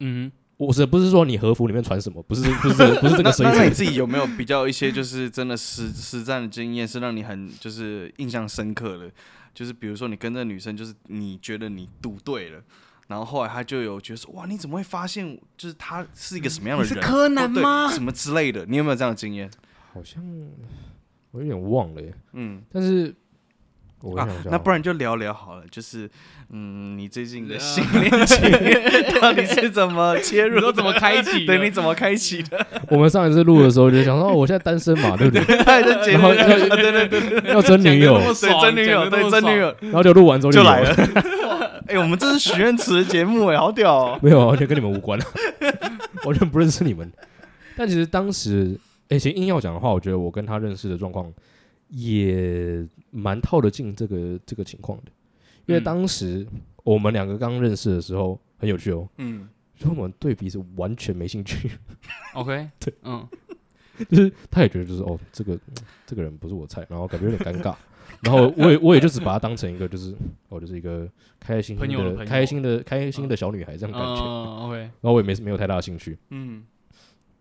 [SPEAKER 1] 嗯
[SPEAKER 2] 我是不是说你和服里面穿什么？不是不是不是这
[SPEAKER 3] 那
[SPEAKER 2] 个深
[SPEAKER 3] 那
[SPEAKER 2] 一
[SPEAKER 3] 那你
[SPEAKER 2] 层。
[SPEAKER 3] 自己有没有比较一些就是真的实实战的经验，是让你很就是印象深刻的？就是比如说你跟这个女生，就是你觉得你赌对了，然后后来她就有觉得说，哇，你怎么会发现就是她是一个什么样的人？或
[SPEAKER 1] 柯
[SPEAKER 3] 对？ 什么之类的？你有没有这样的经验？
[SPEAKER 2] 好像我有点忘了耶，
[SPEAKER 3] 嗯。
[SPEAKER 2] 但是我
[SPEAKER 3] 啊
[SPEAKER 2] 想一，下、
[SPEAKER 3] 那不
[SPEAKER 2] 然
[SPEAKER 3] 然就聊聊好了，就是，嗯，你最 近的新恋情到底是怎么切
[SPEAKER 1] 你
[SPEAKER 3] 入
[SPEAKER 1] 说
[SPEAKER 3] 的？
[SPEAKER 1] 怎么开 启的？
[SPEAKER 3] 对，你怎么开启 的？
[SPEAKER 2] 我们上一次录的时候就想 说，哦我现在单身嘛，对不对？
[SPEAKER 3] 他还在节
[SPEAKER 2] 然
[SPEAKER 3] 目
[SPEAKER 2] 后
[SPEAKER 3] 里，
[SPEAKER 2] 要
[SPEAKER 3] 对对对，
[SPEAKER 2] 要真 女友，
[SPEAKER 3] 对真女友，对真女友，
[SPEAKER 2] 然后就录完之 后
[SPEAKER 3] 就
[SPEAKER 2] 有
[SPEAKER 3] 来了。。 哎、我们这是许愿池的节目哎、好屌哦！
[SPEAKER 2] 没有，完全跟你们无关， 完全不认识你们。但其实当时，哎、其实硬要讲的话，我觉得我跟他认识的状况也蛮套得进这个这个情况的，因为
[SPEAKER 1] 嗯
[SPEAKER 2] 当时我们两个刚认识的时候很有趣哦，
[SPEAKER 3] 嗯，
[SPEAKER 2] 就我们对彼此完全没兴趣，
[SPEAKER 1] OK，对，嗯，
[SPEAKER 2] 就是他也觉得就是哦，这个这个人不是我菜，然后感觉有点尴尬。 然后我也我也就只把她当成一个就是我、哦、就是一个开开心心
[SPEAKER 1] 朋友的
[SPEAKER 2] 的
[SPEAKER 1] 朋友
[SPEAKER 2] 开心的开心的小女孩这样感觉，
[SPEAKER 1] 嗯 OK，
[SPEAKER 2] 然后我也没没有太大的兴趣。
[SPEAKER 3] 嗯，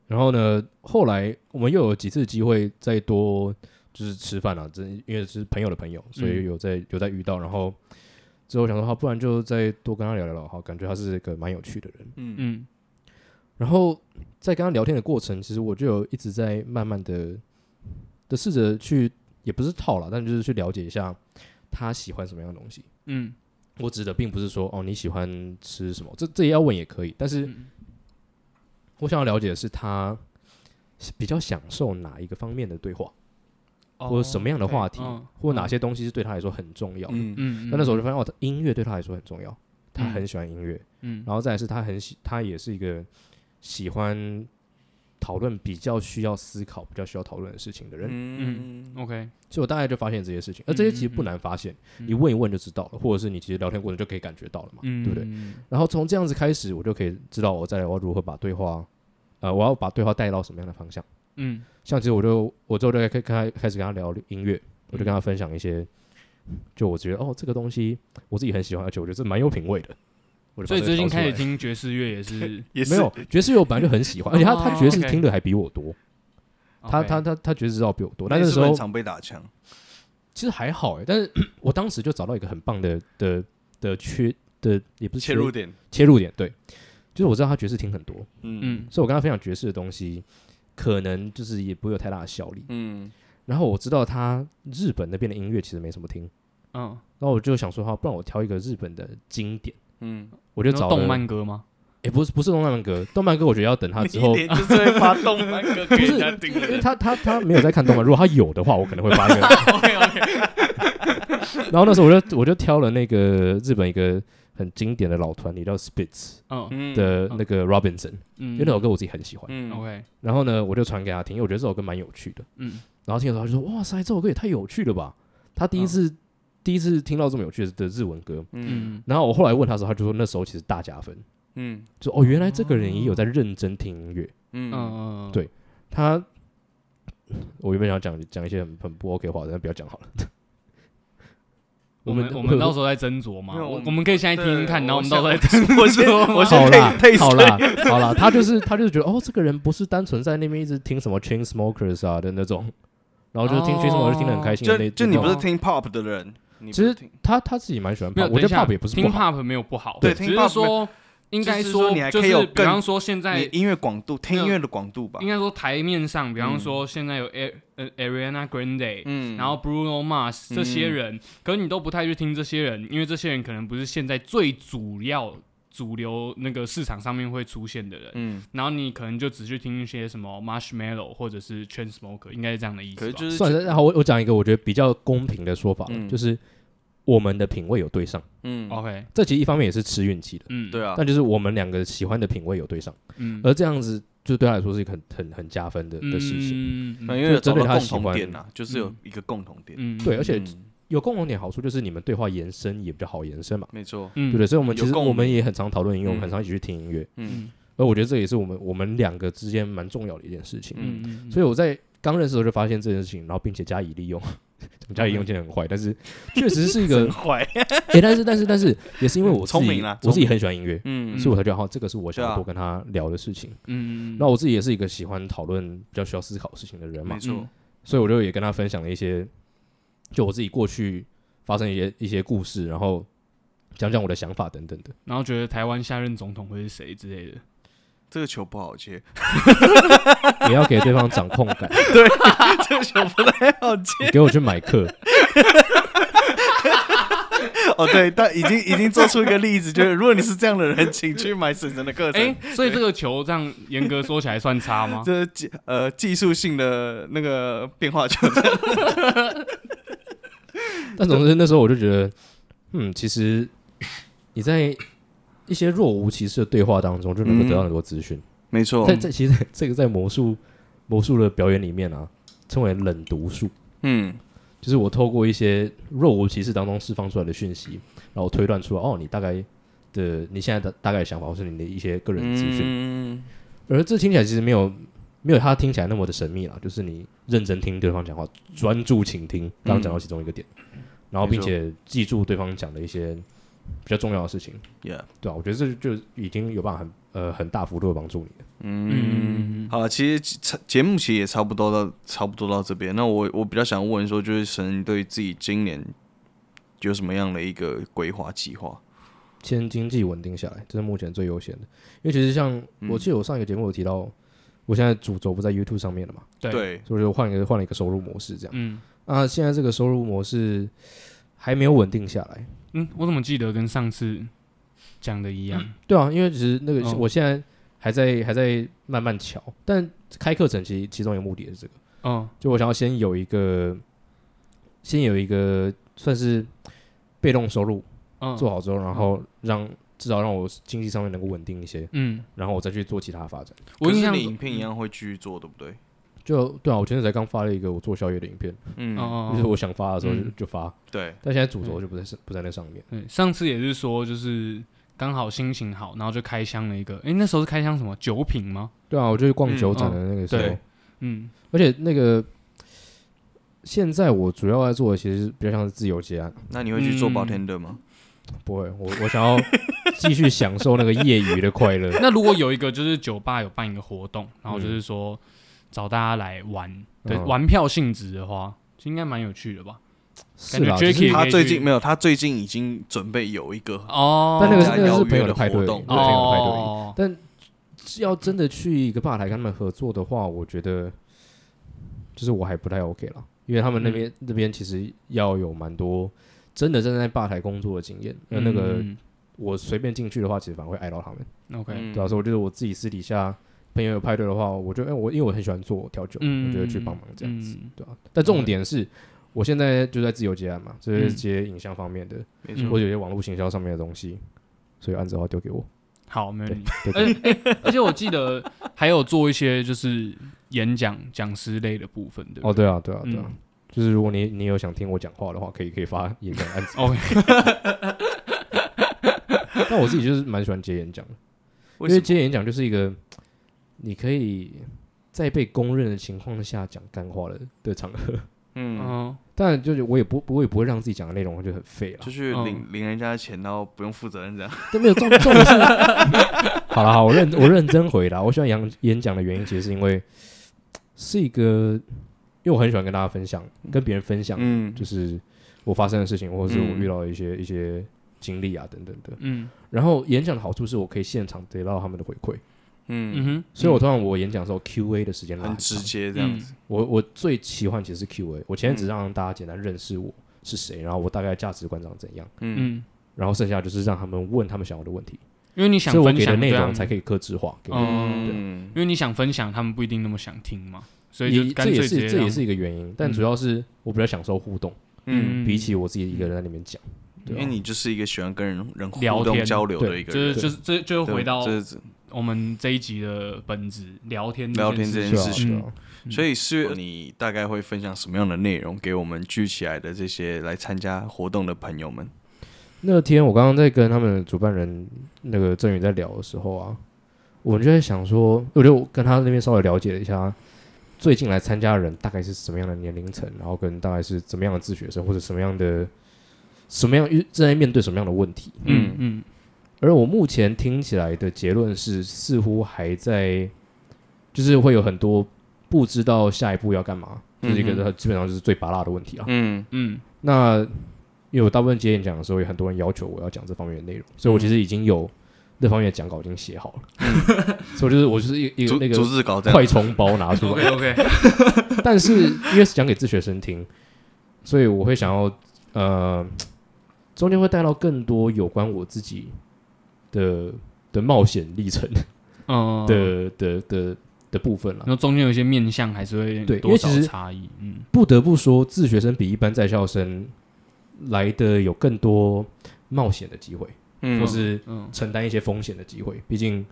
[SPEAKER 2] 然后呢，后来我们又有几次机会再多就是吃饭啊，这因为是朋友的朋
[SPEAKER 1] 嗯
[SPEAKER 2] 友，所以有在、有在遇到，然后之后想说，好，不然就再多跟他聊聊了，好，感觉他是一个蛮有趣的人。
[SPEAKER 3] 嗯
[SPEAKER 1] 嗯
[SPEAKER 2] 然后在跟他聊天的过程，其实我就有一直在慢慢的的试着去，也不是套了，但就是去了解一下他喜欢什么样的东西。
[SPEAKER 1] 嗯
[SPEAKER 2] 我指的并不是说哦你喜欢吃什么，这这也要问也可以，但是
[SPEAKER 1] 嗯
[SPEAKER 2] 我想要了解的是他比较享受哪一个方面的对话，
[SPEAKER 1] 哦
[SPEAKER 2] 或者什么样的话题，
[SPEAKER 1] 嗯
[SPEAKER 2] 或者哪些东西是对他来说很重要的。
[SPEAKER 3] 嗯
[SPEAKER 1] 嗯，
[SPEAKER 2] 那那时
[SPEAKER 1] 候
[SPEAKER 2] 候我就发现哦，他音乐对他来说很重要，他
[SPEAKER 1] 嗯
[SPEAKER 2] 很喜欢音乐，
[SPEAKER 1] 嗯
[SPEAKER 2] 然后再来是他很喜，他也是一个喜欢讨论比较需要思考、比较需要讨论的事情的人，
[SPEAKER 3] 嗯
[SPEAKER 1] OK
[SPEAKER 2] 所以我大概就发现这些事情。而
[SPEAKER 1] 嗯
[SPEAKER 2] 这些其实
[SPEAKER 1] 嗯
[SPEAKER 2] 不
[SPEAKER 1] 嗯
[SPEAKER 2] 难发现，
[SPEAKER 1] 嗯
[SPEAKER 2] 你问一问就知道了，或者是你其实聊天过程就可以感觉到了嘛，
[SPEAKER 1] 嗯
[SPEAKER 2] 对不对？
[SPEAKER 1] 嗯
[SPEAKER 2] 然后从这样子开始，我就可以知道我在我要如何把对话，呃，我要把对话带到什么样的方向。
[SPEAKER 1] 嗯
[SPEAKER 2] 像其实我就我之后就开跟他开始跟他聊音乐，我就跟他分享一些，就我觉得哦这个东西我自己很喜欢，而且我觉得这蛮有品味的。我就
[SPEAKER 1] 所以
[SPEAKER 2] 把这
[SPEAKER 1] 最近
[SPEAKER 2] 个挑出
[SPEAKER 1] 开
[SPEAKER 2] 来
[SPEAKER 1] 始听爵士乐也是
[SPEAKER 3] 也
[SPEAKER 2] 没
[SPEAKER 3] 是
[SPEAKER 2] 有爵士乐，我本来就很喜欢，而且他他
[SPEAKER 1] 哦
[SPEAKER 2] 爵士
[SPEAKER 1] OK 哦
[SPEAKER 2] 听的还比我多，他
[SPEAKER 1] OK
[SPEAKER 2] 他他他爵士知道比我多，但
[SPEAKER 3] 那
[SPEAKER 2] 那
[SPEAKER 3] 是
[SPEAKER 2] 时
[SPEAKER 3] 不是
[SPEAKER 2] 候
[SPEAKER 3] 很常被打枪。
[SPEAKER 2] 其实还好哎，但是 我当时就找到一个很棒的的的缺的也不是
[SPEAKER 3] 切
[SPEAKER 2] 缺
[SPEAKER 3] 入点，
[SPEAKER 2] 切入点，对，就是我知道他爵士听很多，
[SPEAKER 3] 嗯
[SPEAKER 1] 嗯
[SPEAKER 2] 所以我跟他分享爵士的东西，可能就是也不会有太大的效力。
[SPEAKER 3] 嗯
[SPEAKER 2] 然后我知道他日本那边的音乐其实没什么听，
[SPEAKER 1] 嗯，
[SPEAKER 2] 然后我就想说，好，不然我挑一个日本的经典，
[SPEAKER 3] 嗯，
[SPEAKER 2] 我
[SPEAKER 1] 就
[SPEAKER 2] 就找了
[SPEAKER 1] 动，漫歌吗？
[SPEAKER 2] 也、不是不是动漫歌，动漫歌我觉得要等他之后，
[SPEAKER 3] 你一点就是会发动漫歌 给人家听的
[SPEAKER 2] 因为
[SPEAKER 3] 人，
[SPEAKER 2] 他他他没有在看动漫，如果他有的话，我可能会 发一个。
[SPEAKER 1] OK OK，
[SPEAKER 2] 然后那时候我就我就挑了那个日本一个很经典的老团体叫 Spitz
[SPEAKER 1] 嗯
[SPEAKER 3] 嗯
[SPEAKER 2] 的
[SPEAKER 1] 嗯
[SPEAKER 2] 那个 Robinson，、
[SPEAKER 1] 嗯，
[SPEAKER 2] 因为那首歌我自己很喜欢。
[SPEAKER 3] 嗯
[SPEAKER 1] OK，
[SPEAKER 2] 然后呢，我就传给他听，因为我觉得这首歌蛮有趣的。
[SPEAKER 1] 嗯
[SPEAKER 2] 然后听的时候他就说：“哇塞，这首歌也太有趣了吧！”他第一次、第一次听到这么有趣的日文歌。
[SPEAKER 3] 嗯
[SPEAKER 1] 嗯
[SPEAKER 2] 然后我后来问他的时候，他就说那时候其实大加分，
[SPEAKER 3] 嗯
[SPEAKER 2] 就哦，原来这个人也有在认真听音乐。
[SPEAKER 1] 嗯
[SPEAKER 3] 嗯
[SPEAKER 1] 嗯，
[SPEAKER 2] 对他，我原本想讲讲一些很很不 OK 的话，但不要讲好了。
[SPEAKER 1] 我们
[SPEAKER 2] 我
[SPEAKER 1] 我 们到
[SPEAKER 2] 候
[SPEAKER 1] 时候再斟酌嘛，
[SPEAKER 3] 没有
[SPEAKER 1] 我
[SPEAKER 3] 我
[SPEAKER 1] 我们可以现在听听看，
[SPEAKER 3] 对
[SPEAKER 1] 然后我们
[SPEAKER 3] 我
[SPEAKER 1] 到时候再 斟
[SPEAKER 3] 我先
[SPEAKER 1] 酌。
[SPEAKER 3] 我先
[SPEAKER 2] 好啦
[SPEAKER 3] taste- taste
[SPEAKER 2] 好啦 好啦，他就是他就是觉得哦，这个人不是单纯在那边一直听什么 Chain Smokers 啊的那种，
[SPEAKER 1] 嗯
[SPEAKER 2] 然后就是听 Chain Smokers 听得很开心的
[SPEAKER 3] 就
[SPEAKER 2] 那
[SPEAKER 3] 就你不
[SPEAKER 2] 那
[SPEAKER 3] 是
[SPEAKER 2] 种
[SPEAKER 3] 听 pop 的人，你不
[SPEAKER 2] 其实
[SPEAKER 3] 听
[SPEAKER 2] 他他自己蛮喜欢
[SPEAKER 1] 没
[SPEAKER 2] pop，
[SPEAKER 1] 有，
[SPEAKER 2] 我觉
[SPEAKER 1] 等一
[SPEAKER 2] 得
[SPEAKER 1] 下
[SPEAKER 2] pop 也不是不
[SPEAKER 1] 听
[SPEAKER 2] 好。
[SPEAKER 1] pop 没有不好，
[SPEAKER 3] 对
[SPEAKER 1] 只
[SPEAKER 3] 听
[SPEAKER 1] 是
[SPEAKER 3] pop 没
[SPEAKER 1] 说应该
[SPEAKER 3] 就是说你还可
[SPEAKER 1] 就
[SPEAKER 3] 以有
[SPEAKER 1] 是比
[SPEAKER 3] 更
[SPEAKER 1] 方说现在
[SPEAKER 3] 你音乐广度，听
[SPEAKER 1] 没有
[SPEAKER 3] 音乐的广度吧
[SPEAKER 1] 应。该说台面上，比方说现在有 A 呃 Ariana Grande，、
[SPEAKER 3] 嗯，
[SPEAKER 1] 然后 Bruno Mars 这些人，可是你都不太去听这些人，因为这些人可能不是现在最主要主流那个市场上面会出现的人，
[SPEAKER 3] 嗯，
[SPEAKER 1] 然后你可能就只去听一些什么 Marshmallow 或者是 Chainsmoker，应该是这样的意
[SPEAKER 3] 可
[SPEAKER 1] 思
[SPEAKER 3] 是
[SPEAKER 1] 吧？
[SPEAKER 3] 就是
[SPEAKER 2] 算了，然后我我讲一个我觉得比较公平的说法了，
[SPEAKER 3] 嗯
[SPEAKER 2] 就是我们的品味有对上，
[SPEAKER 3] 嗯
[SPEAKER 1] OK，
[SPEAKER 2] 这其实一方面也是吃运气的，
[SPEAKER 1] 嗯，
[SPEAKER 3] 对啊，
[SPEAKER 2] 但就是我们两个喜欢的品味有对上，
[SPEAKER 1] 嗯，
[SPEAKER 2] 而这样子就对他来说是一个很很很加分的的事情。
[SPEAKER 1] 嗯嗯
[SPEAKER 3] 因为有找
[SPEAKER 2] 就针对
[SPEAKER 3] 到
[SPEAKER 2] 他的
[SPEAKER 3] 共
[SPEAKER 2] 喜欢
[SPEAKER 3] 同点呐，就是有一个共同点。
[SPEAKER 1] 嗯，
[SPEAKER 2] 对，而且
[SPEAKER 3] 嗯
[SPEAKER 2] 有共同点好处就是你们对话延伸也比较好延伸嘛，
[SPEAKER 3] 没错，
[SPEAKER 1] 嗯，
[SPEAKER 2] 对不对？所以我们
[SPEAKER 3] 有
[SPEAKER 2] 其实
[SPEAKER 3] 共鸣
[SPEAKER 2] 我们也很常讨论音乐，
[SPEAKER 3] 嗯
[SPEAKER 2] 我们很常一起去听音乐，
[SPEAKER 3] 嗯
[SPEAKER 1] 嗯
[SPEAKER 2] 而我觉得这也是我们我们两个之间蛮重要的一件事情。
[SPEAKER 1] 嗯嗯，
[SPEAKER 2] 所以我在刚认识的时候就发现这件事情，然后并且加以利用。怎么加以利用听得很坏，但 是确实是一个
[SPEAKER 3] 真坏，
[SPEAKER 2] 诶，但是但是但是也是因为我自
[SPEAKER 3] 聪
[SPEAKER 2] 己
[SPEAKER 3] 明啦，
[SPEAKER 2] 我自己很喜欢音乐，
[SPEAKER 3] 嗯
[SPEAKER 2] 所以我才觉得哦哈，这个是我想
[SPEAKER 3] 对
[SPEAKER 2] 要
[SPEAKER 3] 啊
[SPEAKER 2] 多跟他聊的事情。
[SPEAKER 1] 嗯嗯，
[SPEAKER 2] 那我自己也是一个喜欢讨论、比较需要思考事情的人嘛
[SPEAKER 3] 没，错，
[SPEAKER 2] 所以我就也跟他分享了一些，就我自己过去发生一些一些故事，然后讲讲我的想法等等的。
[SPEAKER 1] 然后觉得台湾下任总统会是谁之类的，
[SPEAKER 3] 这个球不好接，
[SPEAKER 2] 也要给对方掌控感，
[SPEAKER 3] 这个球不太好接。
[SPEAKER 2] 你给我去买课，
[SPEAKER 3] 哦，对，但已经已经做出一个例子，就是如果你是这样的人，请去买婶婶的 课程。
[SPEAKER 1] 哎、所以这个球这样严格说起来算差吗？
[SPEAKER 3] 这技呃技术性的那个变化球，
[SPEAKER 2] 但总之那时候我就觉得，嗯，其实 你在一些若无其事的对话当中，就能够得到很多资讯。
[SPEAKER 3] 没错
[SPEAKER 2] 在在其实这个在魔术魔术的表演里面啊，称为冷读术，
[SPEAKER 3] 嗯
[SPEAKER 2] 就是我透过一些若无其事当中释放出来的讯息，然后推断出来哦，你大概的你现在的大概的想法，或是你的一些个人资讯。
[SPEAKER 3] 嗯
[SPEAKER 2] 而这听起来其实没有没有他听起来那么的神秘啦，就是你认真听对方讲话，嗯专注倾听，刚刚讲到其中一个点，然后并且记住对方讲的一些比较重要的事情，
[SPEAKER 3] Yeah
[SPEAKER 2] 对吧、我觉得这就已经有办法很呃很大幅度的帮助你了。
[SPEAKER 3] 嗯，好，其实差节目其实也差不多到差不多到这边。那我我比较想问说，就是神你对自己今年有什么样的一个规划计划？
[SPEAKER 2] 先经济稳定下来，这是目前最优先的。嗯因为其实像我记得我上一个节目有提到，我现在主轴不在 YouTube 上面了嘛，
[SPEAKER 1] 对，
[SPEAKER 3] 对，
[SPEAKER 2] 所以我就换一个换了一个收入模式这样。
[SPEAKER 1] 嗯
[SPEAKER 2] 那现在这个收入模式还没有稳定下来，
[SPEAKER 1] 嗯，我怎么记得跟上次讲的一样？
[SPEAKER 2] 对啊，因为其实那个、
[SPEAKER 1] 哦
[SPEAKER 2] 我现在还在还在慢慢瞧，但开课程其实其中一个目的也是这个，
[SPEAKER 1] 哦，
[SPEAKER 2] 就我想要先有一个先有一个算是被动收入
[SPEAKER 1] 嗯，
[SPEAKER 2] 做好之后，然后让至少让我经济上面能够稳定一些，
[SPEAKER 1] 嗯，
[SPEAKER 2] 然后我再去做其他发展。
[SPEAKER 1] 我
[SPEAKER 3] 跟
[SPEAKER 1] 印象
[SPEAKER 3] 你影片一样会继续做，对不对？
[SPEAKER 2] 就对啊，我前阵才刚发了一个我做宵夜的影片，
[SPEAKER 3] 嗯，
[SPEAKER 1] 哦哦，
[SPEAKER 2] 就是
[SPEAKER 1] 哦
[SPEAKER 2] 我想发的时候就,、
[SPEAKER 1] 嗯
[SPEAKER 2] 就发，
[SPEAKER 3] 对，
[SPEAKER 2] 但现在主轴就不在、不在那上面。
[SPEAKER 1] 对，上次也是说，就是刚好心情好，然后就开箱了一个。诶，那时候是开箱什么酒品吗？
[SPEAKER 2] 对啊，我就去逛
[SPEAKER 3] 嗯
[SPEAKER 2] 酒展的那个时候，
[SPEAKER 1] 对嗯，
[SPEAKER 2] 而且那个现在我主要在做的其实比较像是自由接案，
[SPEAKER 3] 那你会去做
[SPEAKER 1] 嗯
[SPEAKER 3] bartender 吗？
[SPEAKER 2] 不会，我我想要继续享受那个业余的快乐。
[SPEAKER 1] 那如果有一个就是酒吧有办一个活动，然后就是说找大家来玩，对，
[SPEAKER 2] 嗯
[SPEAKER 1] 玩票性质的话，就应该蛮有趣的吧？
[SPEAKER 2] 是啦，
[SPEAKER 1] 感觉
[SPEAKER 2] 就是
[SPEAKER 1] Jacky 也
[SPEAKER 3] 他
[SPEAKER 1] 可以
[SPEAKER 3] 最
[SPEAKER 1] 去
[SPEAKER 3] 近没有，他最近已经准备有一个，
[SPEAKER 1] 哦，
[SPEAKER 2] 但那个是
[SPEAKER 3] 大
[SPEAKER 2] 那
[SPEAKER 3] 家
[SPEAKER 2] 个是
[SPEAKER 3] 邀约
[SPEAKER 2] 朋友
[SPEAKER 3] 的
[SPEAKER 2] 派对，啊
[SPEAKER 3] 活动
[SPEAKER 2] 那
[SPEAKER 3] 对
[SPEAKER 2] 是朋友派对。
[SPEAKER 1] 哦，
[SPEAKER 2] 但要真的去一个吧台跟他们合作的话，我觉得就是我还不太 OK 了，因为他们那
[SPEAKER 1] 嗯
[SPEAKER 2] 边、那边其实要有蛮多真的站在吧台工作的经验，那、那个
[SPEAKER 1] 嗯
[SPEAKER 2] 我随便进去的话，其实反而会挨到他们，
[SPEAKER 3] 嗯
[SPEAKER 1] OK，
[SPEAKER 2] 对啊，所以我觉得我自己私底下朋友有派对的话，我就哎、我因为我很喜欢做调酒，
[SPEAKER 1] 嗯，
[SPEAKER 2] 我就会去帮忙这样子，
[SPEAKER 1] 嗯
[SPEAKER 2] 对啊。但重点是。我现在就在自由接案嘛，就是接影像方面的，
[SPEAKER 3] 没
[SPEAKER 1] 嗯
[SPEAKER 2] 或者有些网络行销上面的东西，所以案子的话丢给我。
[SPEAKER 1] 好，没问题。
[SPEAKER 2] 对
[SPEAKER 1] 而诶而且我记得还有做一些就是演讲讲师类的部分，对不
[SPEAKER 2] 哦，
[SPEAKER 1] 对？
[SPEAKER 2] 对啊，对啊，对啊，
[SPEAKER 1] 嗯
[SPEAKER 2] 就是如果你你有想听我讲话的话，可以可以发演讲案 子。
[SPEAKER 1] OK，
[SPEAKER 2] 但我自己就是蛮喜欢接演讲的，
[SPEAKER 3] 为
[SPEAKER 2] 因
[SPEAKER 3] 什
[SPEAKER 2] 为
[SPEAKER 3] 么？
[SPEAKER 2] 接演讲就是一个你可以在被公认的情况下讲干话的的场合。哦
[SPEAKER 3] 嗯，
[SPEAKER 1] 嗯，
[SPEAKER 2] 当然，就是我也不我也不会让自己讲的内容就很废了
[SPEAKER 3] 就，去
[SPEAKER 1] 嗯
[SPEAKER 3] 领领人家的钱，然后不用负责任这样。
[SPEAKER 2] 但没有重重点是， 好了好，我认我认真回答。我喜欢演演讲的原因，其实是因为是一个，因为我很喜欢跟大家分享，跟别人分享
[SPEAKER 3] 嗯
[SPEAKER 2] 就是我发生的事情，或者是我
[SPEAKER 3] 嗯
[SPEAKER 2] 遇到的一些、一些经历啊等等的。
[SPEAKER 1] 嗯
[SPEAKER 2] 然后演讲的好处是我可以现场得到他们的回馈，
[SPEAKER 1] 嗯
[SPEAKER 3] 嗯，
[SPEAKER 1] 哼，嗯
[SPEAKER 2] 所以我通常我演讲的时候 Q&A 的时间拉
[SPEAKER 3] 很
[SPEAKER 2] 很
[SPEAKER 3] 直
[SPEAKER 2] 长。
[SPEAKER 3] 接这样子。
[SPEAKER 2] 我我最喜欢其实是 Q&A，我前面只让大家简单认识我是谁，然后我大概价值观长怎样，
[SPEAKER 3] 嗯，
[SPEAKER 1] 嗯，
[SPEAKER 2] 然后剩下就是让他们问他们想要的问题，
[SPEAKER 1] 因为你想
[SPEAKER 2] 所以我
[SPEAKER 1] 分
[SPEAKER 2] 给的
[SPEAKER 1] 享
[SPEAKER 2] 内
[SPEAKER 1] 对啊
[SPEAKER 2] 容才可以克制化。给你
[SPEAKER 3] 嗯
[SPEAKER 1] 因为你想分享，他们不一定那么想听嘛，所以
[SPEAKER 2] 也
[SPEAKER 1] 就干
[SPEAKER 2] 这也
[SPEAKER 1] 脆直
[SPEAKER 2] 是
[SPEAKER 1] 接
[SPEAKER 2] 这也
[SPEAKER 1] 让嗯
[SPEAKER 2] 是一个原因，但主要是我比较享受互动，
[SPEAKER 3] 嗯，
[SPEAKER 2] 比起我自己一个人在里面讲，
[SPEAKER 1] 嗯
[SPEAKER 3] 因
[SPEAKER 2] 对
[SPEAKER 3] 为
[SPEAKER 2] 啊
[SPEAKER 3] 你就是一个喜欢跟人人互
[SPEAKER 1] 聊
[SPEAKER 3] 动
[SPEAKER 1] 天
[SPEAKER 3] 交流的一
[SPEAKER 2] 对
[SPEAKER 3] 个
[SPEAKER 1] 就
[SPEAKER 3] 人
[SPEAKER 1] 是，就是这就
[SPEAKER 3] 对
[SPEAKER 1] 回到嗯
[SPEAKER 3] 这是
[SPEAKER 1] 我们这一集的本质，聊天
[SPEAKER 3] 聊天
[SPEAKER 1] 这
[SPEAKER 3] 这
[SPEAKER 1] 件
[SPEAKER 3] 件
[SPEAKER 2] 是啊
[SPEAKER 3] 事
[SPEAKER 1] 情
[SPEAKER 2] 是啊。
[SPEAKER 3] 所以四月你大概会分享什么样的内容给我们聚起来的这些来参加活动的朋友们？
[SPEAKER 2] 那天我刚刚在跟他们的主办人那个郑宇在聊的时候啊，我们就在想说，我就跟他那边稍微了解了一下，最近来参加的人大概是什么样的年龄层，然后跟大概是怎么样的自学生或者什么样的什么样遇正在面对什么样的问题。
[SPEAKER 1] 嗯嗯
[SPEAKER 2] 而我目前听起来的结论是，似乎还在，就是会有很多不知道下一步要干嘛，这、是一
[SPEAKER 3] 嗯
[SPEAKER 2] 个基本上就是最拔辣的问题啊。
[SPEAKER 3] 嗯
[SPEAKER 1] 嗯
[SPEAKER 2] 那因为我大部分接演讲的时候，有很多人要求我要讲这方面的内容，所以我其实已经有那方面的讲稿已经写好了， 所以就是我就是一一个
[SPEAKER 3] 逐
[SPEAKER 2] 那
[SPEAKER 3] 逐
[SPEAKER 2] 个
[SPEAKER 3] 字稿这样
[SPEAKER 2] 快充包拿
[SPEAKER 3] 嗯
[SPEAKER 2] 出来，
[SPEAKER 1] OK，嗯
[SPEAKER 2] 但是因为是讲给自学生听，所以我会想要呃中间会带到更多有关我自己的的冒险历程
[SPEAKER 1] 嗯，
[SPEAKER 2] 的的的的部分了
[SPEAKER 1] 然。后中间有一些面向还是会
[SPEAKER 2] 对因
[SPEAKER 1] 多
[SPEAKER 2] 为其
[SPEAKER 1] 少
[SPEAKER 2] 实
[SPEAKER 1] 差异，嗯
[SPEAKER 2] 不得不说，自学生比一般在校生来的有更多冒险的机会。
[SPEAKER 3] 嗯
[SPEAKER 2] 或是
[SPEAKER 1] 嗯
[SPEAKER 2] 承担一些风险的机会。毕竟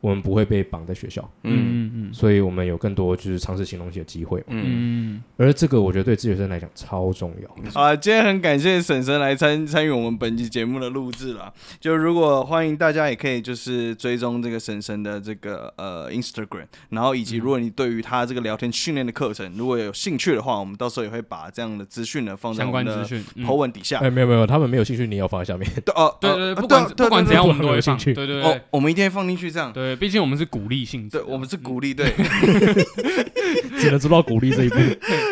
[SPEAKER 2] 我我们不会被绑在学校，
[SPEAKER 3] 嗯
[SPEAKER 1] 嗯
[SPEAKER 2] 所以我们有更多就是尝试新东西的机会嘛。
[SPEAKER 3] 嗯。
[SPEAKER 1] 嗯
[SPEAKER 2] 而这个我觉得对自学生来讲超重要。
[SPEAKER 3] 好啊，今天很感谢婶婶来参参与我们本期节目的录制啦。就如果欢迎大家也可以就是追踪这个婶婶的这个呃 Instagram，然后以及如果你对于她这个聊天训练的课程如果有兴趣的话，我们到时候也会把这样的资讯呢放
[SPEAKER 1] 嗯，
[SPEAKER 3] 在
[SPEAKER 1] 相
[SPEAKER 3] 我
[SPEAKER 1] 关
[SPEAKER 3] 们
[SPEAKER 1] 资
[SPEAKER 3] 的
[SPEAKER 1] 讯。嗯
[SPEAKER 3] 头文底下。
[SPEAKER 2] 哎，没有没有，他们没有兴趣，你也要放在 下面。
[SPEAKER 3] 对哦，
[SPEAKER 1] 对
[SPEAKER 3] 哦
[SPEAKER 1] 对，对
[SPEAKER 3] 啊
[SPEAKER 1] 不管
[SPEAKER 3] 对啊
[SPEAKER 1] 不管
[SPEAKER 3] 对
[SPEAKER 1] 怎
[SPEAKER 3] 啊
[SPEAKER 1] 样，我们都
[SPEAKER 2] 我
[SPEAKER 1] 会
[SPEAKER 2] 有兴
[SPEAKER 1] 放。
[SPEAKER 2] 趣
[SPEAKER 1] 对对
[SPEAKER 3] 哦
[SPEAKER 1] 对，
[SPEAKER 3] 我们一定会放进去这样。
[SPEAKER 1] 对，毕竟我们是鼓励性质
[SPEAKER 3] 对，
[SPEAKER 1] 的，
[SPEAKER 3] 我们是
[SPEAKER 1] 嗯
[SPEAKER 3] 鼓励对。
[SPEAKER 2] 只能做到鼓励 这一步。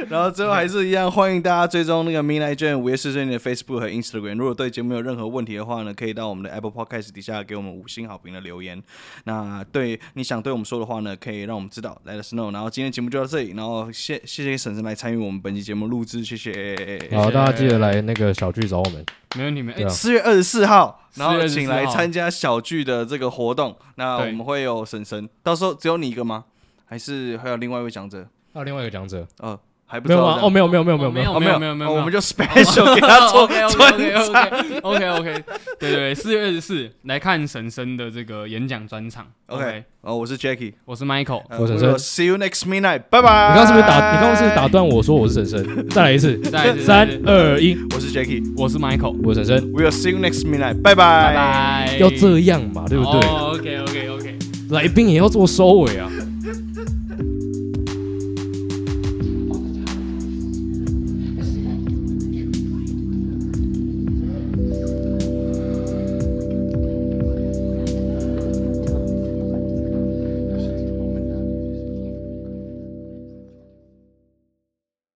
[SPEAKER 3] 然后最后还是一样，欢迎大家追踪那个 Midnight Jam 午夜四十点的 Facebook 和 Instagram。如果对节目有任何问题的话呢，可以到我们的 Apple Podcast 底下给我们五星好评的留言。那对你想对我们说的话呢，可以让我们知道，let us know。然后今天节目就到这里，然后谢谢谢婶婶来参与我们本期节目录制，谢谢。
[SPEAKER 2] 好，大家记得来那个小剧找我们。
[SPEAKER 1] 没问题没问
[SPEAKER 2] 对
[SPEAKER 1] 题。
[SPEAKER 2] 啊
[SPEAKER 3] 四月二十四号，然
[SPEAKER 1] 4
[SPEAKER 3] 后
[SPEAKER 1] 月24
[SPEAKER 3] 请来参加小聚的这个活动。那我
[SPEAKER 1] 对
[SPEAKER 3] 们会有婶婶，到时候只有你一个吗？还是还有另外一位讲者？
[SPEAKER 2] 还有另外一个讲者，
[SPEAKER 3] 哦，还不知
[SPEAKER 2] 没有
[SPEAKER 3] 道
[SPEAKER 2] 吗？
[SPEAKER 3] 这
[SPEAKER 2] 哦，
[SPEAKER 3] 样。
[SPEAKER 2] 没有没有没有
[SPEAKER 1] 哦
[SPEAKER 2] 没
[SPEAKER 1] 没。
[SPEAKER 2] 有没有
[SPEAKER 1] 有
[SPEAKER 3] 哦
[SPEAKER 1] 没有没有哦
[SPEAKER 3] 哦
[SPEAKER 1] 没有
[SPEAKER 3] 我们就 special 给他做专场。
[SPEAKER 1] OK OK OK，对对，四月二十四来看婶婶的这个演讲专场。
[SPEAKER 3] OK，哦，我是 Jackie，
[SPEAKER 1] 我是 Michael，
[SPEAKER 3] 呃
[SPEAKER 2] 我是
[SPEAKER 3] we
[SPEAKER 2] 沈
[SPEAKER 3] will See you next midnight，拜拜。
[SPEAKER 2] 你刚刚是不是打？你刚刚是不是打断我说我是婶 婶？再来一次，
[SPEAKER 1] 再来一次
[SPEAKER 2] 三
[SPEAKER 1] 再来一次
[SPEAKER 2] 二一，
[SPEAKER 3] 我是 Jackie，
[SPEAKER 1] 我是 Michael，
[SPEAKER 2] 我是婶婶。
[SPEAKER 3] we will see you next midnight，拜拜。
[SPEAKER 1] 拜拜。
[SPEAKER 2] 要这样嘛，对不对？
[SPEAKER 1] ？OK OK OK。
[SPEAKER 2] 来宾也要做收尾啊。